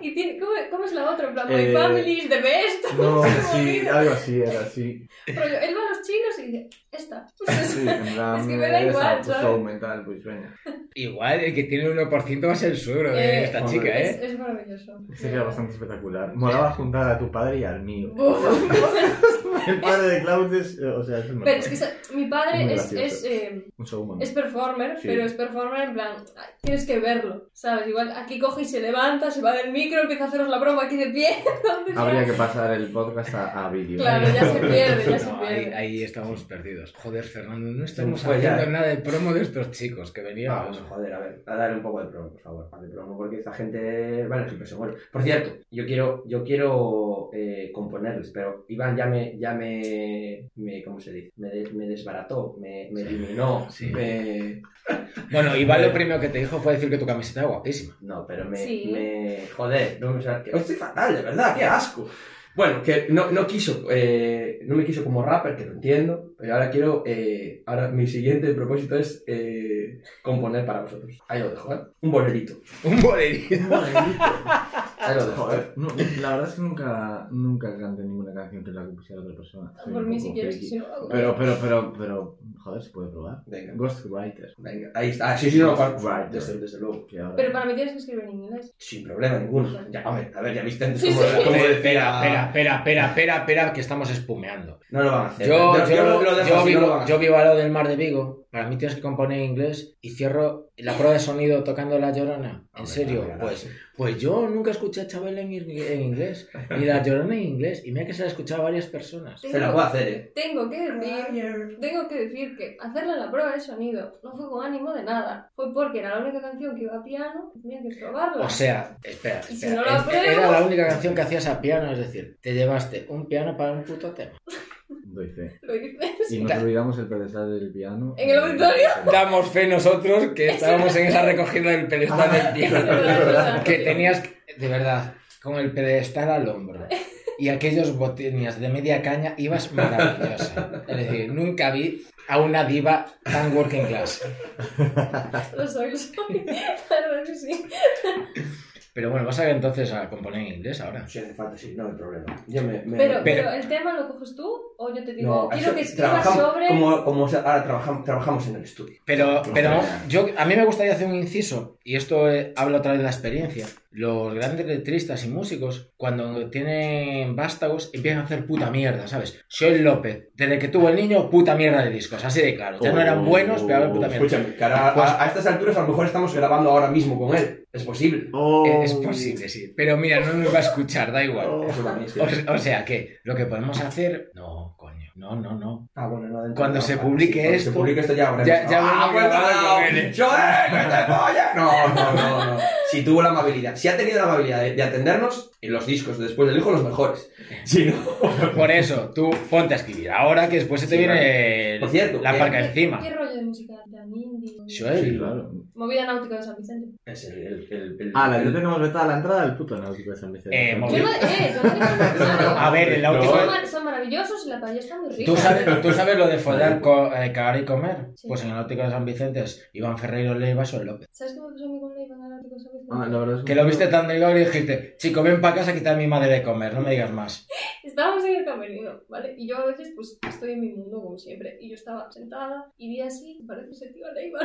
Speaker 3: y tiene, ¿cómo, cómo es la otra? En plan, My
Speaker 4: Eh,
Speaker 3: family is the best.
Speaker 4: No,
Speaker 3: Qué
Speaker 4: sí,
Speaker 3: movida.
Speaker 4: algo así era, sí.
Speaker 3: Rollo, él va a los chinos y dice, esta.
Speaker 4: Sí, en plan,
Speaker 3: Es que me da
Speaker 4: esa,
Speaker 3: igual,
Speaker 4: pues,
Speaker 3: ¿sabes?
Speaker 4: show mental, pues venga.
Speaker 1: igual el que tiene el 1% va a ser el suegro de
Speaker 3: Eh,
Speaker 1: esta
Speaker 4: hombre,
Speaker 1: chica,
Speaker 3: Es,
Speaker 1: ¿eh?
Speaker 3: es maravilloso.
Speaker 4: Ese que era Este bastante espectacular. Molaba juntar a tu padre y al mío.
Speaker 3: Buf.
Speaker 7: El padre de Claudes, eh, o sea, sea, es el mejor.
Speaker 3: Pero es que sa- mi padre
Speaker 7: Muy
Speaker 3: es, es,
Speaker 7: gracioso.
Speaker 3: eh,
Speaker 7: Un showman.
Speaker 3: es performer,
Speaker 7: Sí.
Speaker 3: pero es performer en plan, ah, tienes que verlo, ¿sabes? Igual aquí coge y se levanta, se va del micro, empieza a haceros la broma aquí de pie. entonces ya-
Speaker 4: Habría que pasar el podcast a, a vídeo.
Speaker 3: Claro, ya se pierde, ya se
Speaker 1: No, ahí,
Speaker 3: pierde.
Speaker 1: ahí estamos perdidos. Joder, Fernando, no estamos
Speaker 2: fue ya. Ah,
Speaker 1: haciendo nada de promo de estos chicos que
Speaker 2: Vamos,
Speaker 1: veníamos.
Speaker 2: joder, a ver, a darle un poco de promo, por favor, de promo, porque esta gente, vale, siempre se muere. Por cierto, yo quiero, yo quiero eh, componerles, pero Iván ya me, ya me, me ¿cómo se dice? Me, de- me desbarató, me, me eliminó,
Speaker 1: Sí.
Speaker 2: me...
Speaker 1: Bueno, Iván lo primero que te dijo fue decir que tu camiseta era guapísima.
Speaker 2: No, pero me,
Speaker 3: Sí.
Speaker 2: me- Joder, no me sale- que- Estoy fatal, de verdad, qué asco. Bueno, que no, no quiso, eh, no me quiso como rapper, que lo entiendo, pero ahora quiero, eh, ahora mi siguiente propósito es eh, componer para vosotros. Ahí lo dejo, ¿eh? Un bolerito.
Speaker 1: Un bolerito.
Speaker 3: Ah.
Speaker 2: Ahí lo dejo, ¿eh?
Speaker 4: Joder, no, la verdad es que nunca, nunca canté ninguna canción que la compusiera otra persona. Soy
Speaker 3: Por
Speaker 4: un
Speaker 3: mí
Speaker 4: poco
Speaker 3: si quieres que
Speaker 4: friki.
Speaker 3: se lo hago.
Speaker 4: Pero, pero, pero, pero, joder, se puede probar.
Speaker 2: Venga,
Speaker 4: Ghostwriter.
Speaker 2: venga, ahí está. Ah, sí, sí, no, lo parto.
Speaker 4: Right.
Speaker 2: Desde, desde luego.
Speaker 4: que ahora-
Speaker 3: Pero para mí tienes que escribir en inglés.
Speaker 2: Sin problema ninguno. Ya, hombre, a ver, ya viste antes
Speaker 3: Sí,
Speaker 2: cómo,
Speaker 3: sí.
Speaker 2: cómo
Speaker 1: Espera,
Speaker 2: decía-
Speaker 1: espera, espera, espera, espera, espera, que estamos espumeando.
Speaker 2: No lo van a hacer.
Speaker 1: Yo, yo,
Speaker 2: lo- lo dejo
Speaker 1: yo
Speaker 2: así, no lo van a
Speaker 1: vivo,
Speaker 2: hacer.
Speaker 1: yo vivo al lado del mar de Vigo. Para mí tienes que componer en inglés y cierro la prueba de sonido tocando la llorona. En
Speaker 2: Hombre,
Speaker 1: serio,
Speaker 2: hombre,
Speaker 1: pues, pues yo nunca escuché a Chabela en, in- en inglés, ni la llorona en inglés. Y mira que se la he escuchado a varias personas.
Speaker 2: Se la voy a hacer, ¿eh?
Speaker 3: Tengo que decir, tengo que decir que hacerle la prueba de sonido no fue con ánimo de nada. Fue porque era la única canción que iba a piano y tenía que probarla.
Speaker 1: O sea, espera,
Speaker 3: Y si
Speaker 1: espera.
Speaker 3: no la
Speaker 1: es-
Speaker 3: pruebo-
Speaker 1: Era la única canción que hacías a piano, es decir, te llevaste un piano para un puto tema.
Speaker 4: Doy fe.
Speaker 3: Lo hice.
Speaker 4: Y nos olvidamos el pedestal del piano.
Speaker 3: ¿En el auditorio?
Speaker 1: Damos fe nosotros que estábamos en esa recogida del pedestal del piano. Que tenías, que- de verdad, con el pedestal al hombro. Y aquellos botines de media caña ibas maravillosa. Es decir, nunca vi a una diva tan working class.
Speaker 3: Lo soy, lo soy. La verdad que sí.
Speaker 1: Pero bueno, vas a ver entonces a componer en inglés ahora.
Speaker 2: Si hace falta, sí, no hay problema. Yo me. me-
Speaker 3: Pero,
Speaker 1: Pero-
Speaker 3: pero el tema lo coges tú o yo te digo,
Speaker 2: No,
Speaker 3: quiero
Speaker 2: eso-
Speaker 3: que escribas
Speaker 2: trabajamos-
Speaker 3: sobre.
Speaker 2: Como, como se- ahora trabajamos, trabajamos en el estudio.
Speaker 1: Pero, pero
Speaker 4: ya.
Speaker 1: yo, a mí me gustaría hacer un inciso, y esto eh, hablo otra vez de la experiencia. Los grandes letristas y músicos, cuando tienen vástagos, empiezan a hacer puta mierda, ¿sabes? Soy López, desde que tuvo el niño, puta mierda de discos, así de claro. Ya no eran buenos, pero ahora puta mierda.
Speaker 2: Escúchame, cara,
Speaker 1: Pues-
Speaker 2: a, a estas alturas a lo mejor estamos grabando ahora mismo con él. Es posible.
Speaker 4: Oh.
Speaker 1: Es es posible, sí. Pero mira, no nos va a escuchar, da igual.
Speaker 2: Eso también es cierto.
Speaker 1: O, o sea que lo que podemos hacer. No, coño. No, no, no.
Speaker 2: Ah, bueno, no, dentro
Speaker 1: Cuando
Speaker 2: de-
Speaker 1: se
Speaker 2: ah,
Speaker 1: publique
Speaker 2: cuando
Speaker 1: esto-
Speaker 2: Se publique esto ya habremos-
Speaker 1: Ya- ya
Speaker 2: ¡Ah,
Speaker 1: habremos
Speaker 2: bueno,
Speaker 1: grabado con
Speaker 2: no!
Speaker 1: él, ¿eh?
Speaker 2: ¡Yo, eh, que te follas! No, no, no, no. Si tuvo la amabilidad, si ha tenido la amabilidad de, de atendernos, en los discos después del hijo, los mejores. Si no.
Speaker 1: Por eso, tú ponte a escribir ahora que después se te
Speaker 2: Sí,
Speaker 1: viene
Speaker 2: Por cierto,
Speaker 1: la
Speaker 2: eh,
Speaker 1: parca
Speaker 3: ¿Qué-
Speaker 1: encima.
Speaker 3: ¿Qué rollo de música? ¿Tan indie?
Speaker 1: Joel.
Speaker 4: Sí, claro.
Speaker 3: Movida náutica de San Vicente.
Speaker 2: Es el. el, el, el-
Speaker 4: Ah, la
Speaker 2: el-
Speaker 4: que tenemos vetada a la entrada del puto náutico de San Vicente.
Speaker 1: Eh,
Speaker 3: Yo no, eh, yo no digo nada.
Speaker 1: A ver, el audio.
Speaker 3: Son, mar- son maravillosos y la paella está muy rica.
Speaker 1: ¿Tú sabes, tú sabes lo de follar, co- eh, cagar y comer?
Speaker 3: Sí.
Speaker 1: Pues en el Náutico de San Vicente es Iván Ferreiro Leiva Sol López.
Speaker 3: ¿Sabes qué me pasó a mí con la Iván Náutico de San Vicente?
Speaker 4: Ah, la verdad es
Speaker 1: Que lo viste tan delgado y dijiste, chico, ven para casa a quitar a mi madre de comer, no me digas más.
Speaker 3: Estábamos en el camerino, ¿vale? Y yo a veces, pues, estoy en mi mundo como siempre. Y yo estaba sentada y vi así, parece ese tío Neymar.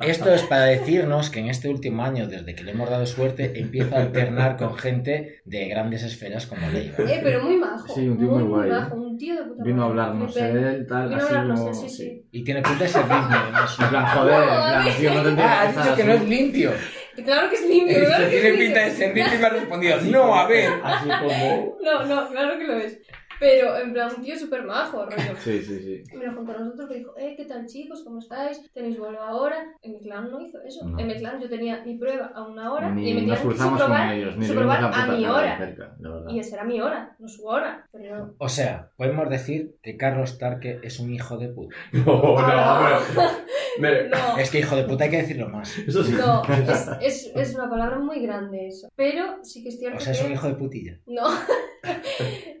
Speaker 1: Esto es para decirnos que en este último año, desde que le hemos dado suerte, empieza a alternar con gente de grandes esferas como Leiva.
Speaker 3: Eh, pero muy majo.
Speaker 4: Sí, un tío muy guay,
Speaker 3: majo, un tío de puta
Speaker 4: Vino a
Speaker 3: madre.
Speaker 4: hablarnos
Speaker 3: Me pega.
Speaker 4: él, tal,
Speaker 3: Vino a
Speaker 4: así
Speaker 3: hablarnos
Speaker 4: como...
Speaker 3: él, sí, sí.
Speaker 1: Y tiene pinta de ser limpio, además.
Speaker 4: En plan, joder, en
Speaker 3: No, a
Speaker 4: plan,
Speaker 3: ver.
Speaker 4: tío, no te
Speaker 1: Ah,
Speaker 4: entiendes
Speaker 1: has dicho que no es limpio.
Speaker 3: Claro que es limpio, claro que es
Speaker 6: Tiene
Speaker 3: limpio.
Speaker 6: pinta de ser limpio y me ha respondido, no, a ver.
Speaker 4: Así como...
Speaker 3: No, no, claro que lo es. Pero, en plan, un tío súper majo, rollo.
Speaker 4: Sí, sí, sí.
Speaker 3: Me lo contó a nosotros, me dijo, eh, ¿qué tal chicos? ¿Cómo estáis? ¿Tenéis vuelo ahora? En mi clan no hizo eso.
Speaker 4: No.
Speaker 3: En mi clan yo tenía mi prueba a una hora y
Speaker 4: Ni
Speaker 3: en mi clan
Speaker 4: nos
Speaker 3: quiso
Speaker 4: cruzamos con
Speaker 3: probar,
Speaker 4: ellos, ni
Speaker 3: quiso
Speaker 4: le vimos
Speaker 3: probar
Speaker 4: la
Speaker 3: a
Speaker 4: puta
Speaker 3: mi
Speaker 4: cara de
Speaker 3: hora.
Speaker 4: cerca, la verdad.
Speaker 3: Y esa era mi hora, no su hora. Pero no.
Speaker 1: O sea, podemos decir que Carlos Tarque es un hijo de puta.
Speaker 2: Oh, No,
Speaker 1: Ah.
Speaker 2: no, pero. Mire,
Speaker 3: Ah. No,
Speaker 1: Es que hijo de puta hay que decirlo más.
Speaker 2: eso sí.
Speaker 3: no, es, es, es una palabra muy grande eso. Pero sí que es cierto
Speaker 1: O sea,
Speaker 3: que...
Speaker 1: es un hijo de putilla.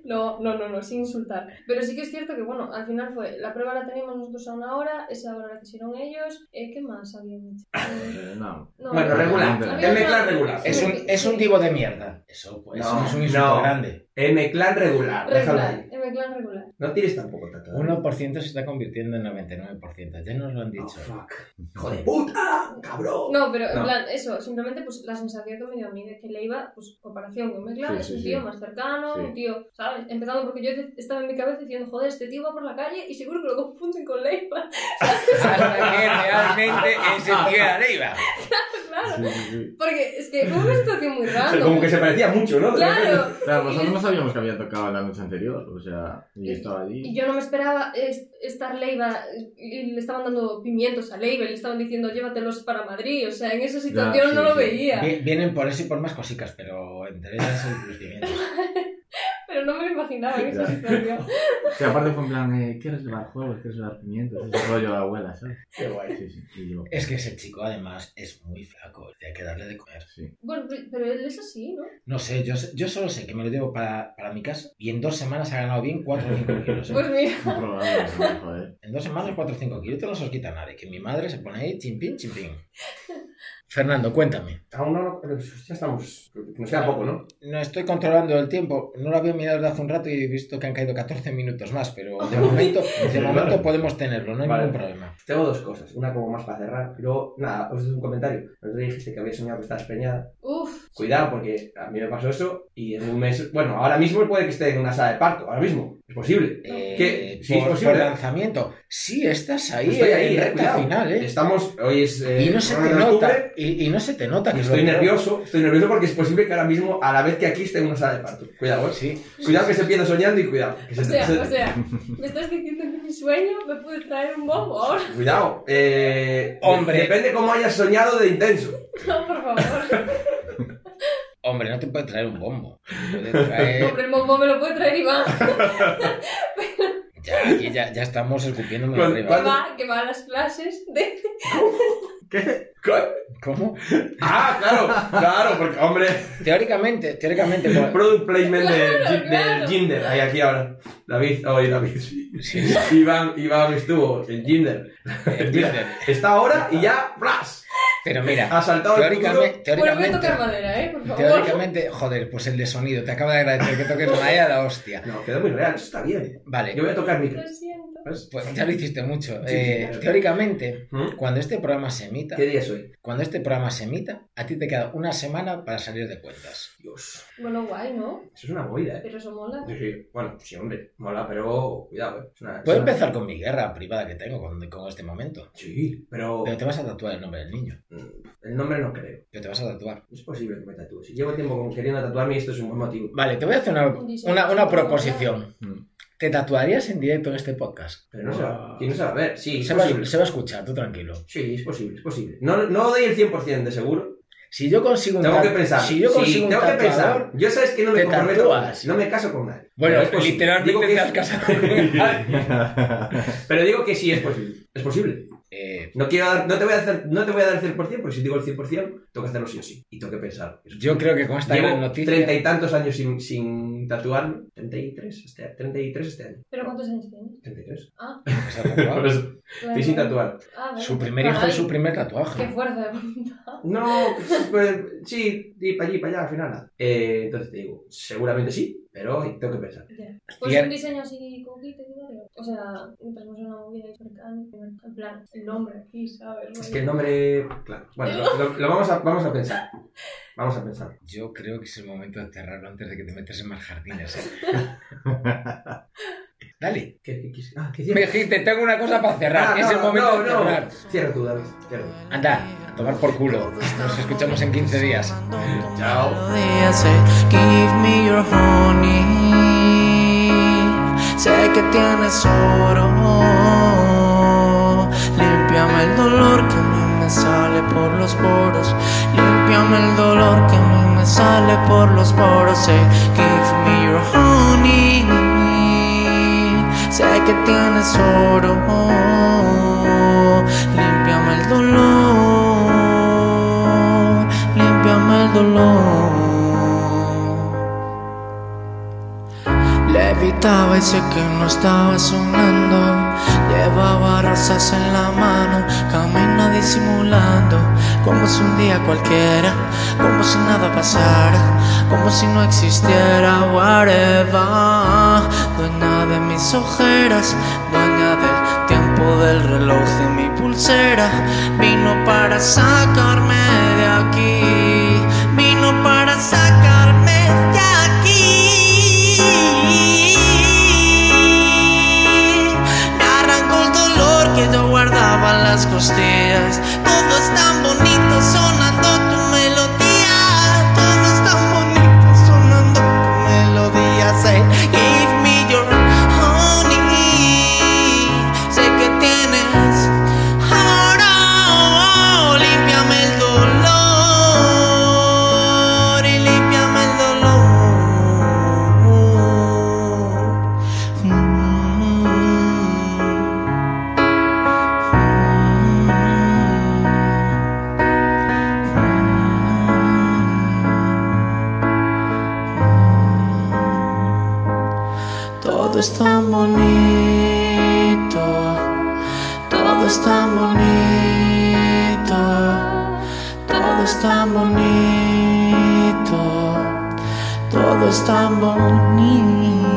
Speaker 3: No. no, no, no, no, sin insultar. Pero sí que es cierto que, bueno, al final fue, la prueba la teníamos nosotros a una hora, esa hora la quisieron ellos. Eh, ¿Qué más habían hecho? Eh,
Speaker 4: Eh, no.
Speaker 3: no,
Speaker 2: Bueno, regular.
Speaker 3: Había
Speaker 2: En mi
Speaker 3: otra-
Speaker 2: clan regular.
Speaker 1: Es un, es un divo de mierda. Eso, pues,
Speaker 2: No,
Speaker 1: es un insulto
Speaker 2: no.
Speaker 1: grande.
Speaker 2: M eh, clan regular, déjalo
Speaker 3: Regular,
Speaker 2: ahí.
Speaker 3: en mi clan regular.
Speaker 2: No tires tampoco tanto. ¿eh?
Speaker 1: 1% se está convirtiendo en 99%. Ya nos lo han dicho.
Speaker 2: fuck. Hijo de Oh, puta, cabrón.
Speaker 3: No, pero en
Speaker 2: Oh. No.
Speaker 3: plan, eso, simplemente pues la sensación que me dio a mí de que Leiva, pues en comparación con Mecla,
Speaker 4: Sí,
Speaker 3: es
Speaker 4: sí,
Speaker 3: un
Speaker 4: sí.
Speaker 3: tío más cercano,
Speaker 4: Sí.
Speaker 3: un tío, ¿sabes? Empezando porque yo de- estaba en mi cabeza diciendo, joder, este tío va por la calle y seguro que lo confunden con Leiva.
Speaker 6: Hasta que realmente ese tío era Leiva.
Speaker 3: claro.
Speaker 4: Sí, sí, sí.
Speaker 3: Porque es que fue una situación muy
Speaker 2: O sea, como
Speaker 3: random.
Speaker 2: que se parecía mucho, ¿no? De repente.
Speaker 3: Claro.
Speaker 4: Claro, nosotros
Speaker 3: Y-
Speaker 4: no sabíamos que había tocado la noche anterior, o sea, y estaba
Speaker 3: Y
Speaker 4: allí.
Speaker 3: yo no me esperaba es- estar Leiva, y le estaban dando pimientos a Leiva, y le estaban diciendo llévatelos para Madrid, o sea, en esa situación
Speaker 4: sí,
Speaker 3: no lo
Speaker 4: sí.
Speaker 3: veía,
Speaker 1: Vi- Vienen por eso y por más cositas, pero entre ellas el crucifijo.
Speaker 3: pero no me lo imaginaba en esa
Speaker 4: Ya.
Speaker 3: situación.
Speaker 4: O sea, aparte fue en plan, eh, ¿quieres llevar juegos? ¿Quieres llevar pimientos? Ese rollo de abuela, ¿sabes?
Speaker 2: Qué guay.
Speaker 4: Sí, sí, y yo,
Speaker 1: Es que ese chico además es muy flaco, hay que darle de comer.
Speaker 4: sí.
Speaker 3: Bueno, pero él es así, ¿no?
Speaker 1: No sé, yo, sé- yo solo sé que me lo llevo para, para mi casa y en dos semanas ha ganado bien 4 o 5 kilos. ¿eh?
Speaker 3: Pues mira.
Speaker 4: Probable, ¿no? joder.
Speaker 1: En dos semanas 4 o 5 kilos, esto no se os quita nadie, que mi madre se pone ahí chimpín, chimpín. Fernando, cuéntame.
Speaker 2: Aún Ah, no lo- pero Ya estamos. Nos queda poco, ¿no?
Speaker 1: No estoy controlando el tiempo, no lo había mirado desde hace un rato y he visto que han caído 14 minutos más, pero de momento, de momento podemos tenerlo, no hay
Speaker 2: Vale.
Speaker 1: ningún problema.
Speaker 2: Tengo dos cosas. Una como más para cerrar. Y luego, nada, os doy un comentario. Os dijiste que habéis soñado que estabas preñada.
Speaker 3: Uf,
Speaker 2: Cuidado, porque a mí me pasó eso y en un mes. Bueno, ahora mismo puede que esté en una sala de parto. Ahora mismo. Es posible. ¿Qué? Sí, es
Speaker 1: Eh, por,
Speaker 2: posible.
Speaker 1: por lanzamiento. Sí, estás ahí,
Speaker 2: Estoy ahí,
Speaker 1: en
Speaker 2: eh,
Speaker 1: recta
Speaker 2: cuidado.
Speaker 1: final, ¿eh?
Speaker 2: Estamos. Hoy es. eh,
Speaker 1: Y no se te
Speaker 2: 9 de
Speaker 1: nota.
Speaker 2: octubre,
Speaker 1: Y, y no se te nota
Speaker 2: y
Speaker 1: que
Speaker 2: Estoy
Speaker 1: lo-
Speaker 2: nervioso, estoy nervioso porque es posible que ahora mismo, a la vez que aquí, esté en una sala de parto. Cuidado, eh.
Speaker 1: Sí.
Speaker 2: Cuidado que se pierda soñando y cuidado. que se-
Speaker 3: o sea,
Speaker 2: se-
Speaker 3: o sea, me estás diciendo que mi sueño me puede traer un bombo ahora.
Speaker 2: Cuidado. Eh,
Speaker 1: Hombre.
Speaker 2: Depende cómo hayas soñado de intenso.
Speaker 3: No, por favor.
Speaker 1: Hombre, no te puede traer un bombo. Te puede traer-
Speaker 3: Hombre, el bombo me lo puede traer Iván.
Speaker 1: Ya, aquí ya, ya estamos escupiéndome
Speaker 2: ¿Cuál-
Speaker 1: arriba.
Speaker 3: Que
Speaker 2: cuál-
Speaker 3: va, que va a las clases de...
Speaker 1: ¿Cómo?
Speaker 2: Ah, claro, claro, porque, hombre,
Speaker 1: Teóricamente, teóricamente. pues, por-
Speaker 2: product placement de,
Speaker 3: Claro,
Speaker 2: Gi-
Speaker 3: claro.
Speaker 2: de Ginder, ahí aquí ahora. David, hoy David, sí.
Speaker 1: Sí, sí,
Speaker 2: Iván, Iván estuvo en Ginder.
Speaker 1: en Twitter.
Speaker 2: Está ahora y ya, ¡flash!
Speaker 1: eh, Pero mira,
Speaker 2: Ha saltado el
Speaker 1: teóricamente.
Speaker 3: Bueno, voy a tocar
Speaker 1: teóricamente
Speaker 3: madera, ¿eh? Por favor.
Speaker 1: Teóricamente, joder, pues el de sonido, te acaba de agradecer que toques madera la hostia.
Speaker 2: futuro. No, quedó muy real, eso está bien. Yo
Speaker 1: Vale,
Speaker 2: voy a tocar micro.
Speaker 3: Lo siento.
Speaker 2: ¿Ves?
Speaker 1: pues ya lo hiciste mucho.
Speaker 2: Sí, sí,
Speaker 1: Eh,
Speaker 2: claro.
Speaker 1: teóricamente,
Speaker 2: ¿Mm?
Speaker 1: cuando este programa se emita,
Speaker 2: ¿Qué día es hoy?
Speaker 1: cuando este programa se emita, a ti te queda una semana para salir de cuentas.
Speaker 2: Dios,
Speaker 3: Bueno, guay, ¿no?
Speaker 2: eso es una movida, ¿eh?
Speaker 3: Pero eso mola.
Speaker 2: Sí, sí, bueno, sí, hombre, mola, pero cuidado, ¿eh? Es una- es
Speaker 1: Puedo
Speaker 2: una-
Speaker 1: empezar con mi guerra privada que tengo con, con este momento.
Speaker 2: Sí, pero
Speaker 1: Pero te vas a tatuar el nombre del niño.
Speaker 2: el nombre no creo.
Speaker 1: Pero te vas a tatuar.
Speaker 2: Es posible que me tatúe. Si llevo tiempo con- queriendo tatuarme y esto es un buen motivo.
Speaker 1: Vale, te voy a hacer una,
Speaker 3: Un diseño
Speaker 1: una- una
Speaker 3: chulo,
Speaker 1: proposición.
Speaker 4: Mm.
Speaker 1: ¿Te tatuarías en directo en este podcast?
Speaker 2: Pero no se va, y no se va a ver. Sí, pues, es
Speaker 1: Se va,
Speaker 2: posible.
Speaker 1: se va a escuchar, tú tranquilo.
Speaker 2: Sí, es posible, es posible. No, no doy el 100% de seguro.
Speaker 1: Si yo consigo un
Speaker 2: Tengo que
Speaker 1: tat-
Speaker 2: pensar.
Speaker 1: Si yo
Speaker 2: Sí,
Speaker 1: consigo un
Speaker 2: tengo que pensar.
Speaker 1: tatuador...
Speaker 2: Yo sabes que no me
Speaker 1: te
Speaker 2: comprometo. con
Speaker 1: tatúas.
Speaker 2: nadie, No me caso con nadie.
Speaker 1: Bueno,
Speaker 2: Pero es posible. Digo
Speaker 1: literalmente
Speaker 2: que
Speaker 1: te
Speaker 2: es-
Speaker 1: has casado con él.
Speaker 2: Pero digo que sí es posible. Es posible.
Speaker 1: Eh,
Speaker 2: No, quiero dar, no, te voy a hacer, no te voy a dar el 100% porque si digo el 100%, tengo que hacerlo sí o sí. Y tengo que pensar. Es
Speaker 1: yo creo que con esta gran
Speaker 2: Llevo
Speaker 1: noticia...
Speaker 2: treinta y tantos años sin, sin tatuarme. 33 este, 33 este año.
Speaker 3: ¿Pero cuántos años tienes?
Speaker 2: 33.
Speaker 3: Ah,
Speaker 1: se ha tatuado.
Speaker 2: Por eso, estoy sin tatuar.
Speaker 3: Ah, vale.
Speaker 1: Su primer hijo
Speaker 3: Caray,
Speaker 1: es su primer
Speaker 3: Qué
Speaker 1: tatuaje.
Speaker 3: fuerza de voluntad.
Speaker 2: No, pues, sí, y para allí, para allá, al final. nada. Eh, entonces te digo, seguramente sí, pero tengo que pensar.
Speaker 3: Ya.
Speaker 1: Y
Speaker 3: Pues
Speaker 1: ahora-
Speaker 3: un diseño así coquito y tal. O sea, tenemos una movida de cercana. En plan, el nombre aquí, ¿sabes?
Speaker 2: Es que el nombre, claro. Bueno, lo, lo- lo vamos, a, vamos a pensar. Vamos a pensar.
Speaker 1: Yo creo que es el momento de cerrarlo antes de que te metas en más jardines. ¿eh? Dale.
Speaker 2: ¿Qué, qué, qué, ah, ¿qué
Speaker 1: Me
Speaker 2: cierra?
Speaker 1: dijiste, tengo una cosa para cerrar.
Speaker 2: Ah,
Speaker 1: es el
Speaker 2: no,
Speaker 1: momento
Speaker 2: no,
Speaker 1: de
Speaker 2: no.
Speaker 1: cerrar.
Speaker 2: Cierra tú, David. Cierra.
Speaker 1: Anda, a tomar por culo. Nos escuchamos en 15 días.
Speaker 2: Chao.
Speaker 5: melodía, say, Give me your honey. Sé que tienes oro. Límpiame el dolor que a mí me sale por los poros. Límpiame el dolor que a mí me sale por los poros. Say, Give me your honey. Sé que tienes oro. Límpiame el dolor. Límpiame el dolor. Levitaba y sé que no estaba sonando. Llevaba rosas en la mano, camina disimulando. Como si un día cualquiera, como si nada pasara, como si no existiera. Whatever, dueña de mis ojeras, dueña del tiempo del reloj de mi pulsera. Vino para sacarme de aquí. Vino para sacarme de aquí. Me arrancó el dolor que yo guardaba en las costillas. Todo es tan bonito sonando tu melodía. Todo es tan bonito sonando tu melodía. Say, give me your honey. Sé que tienes ahora. oh, Límpiame el dolor. Y límpiame el dolor. Mm. Mm. Todo es tan bonito, todo es tan bonito, todo es tan bonito, todo es tan bonito.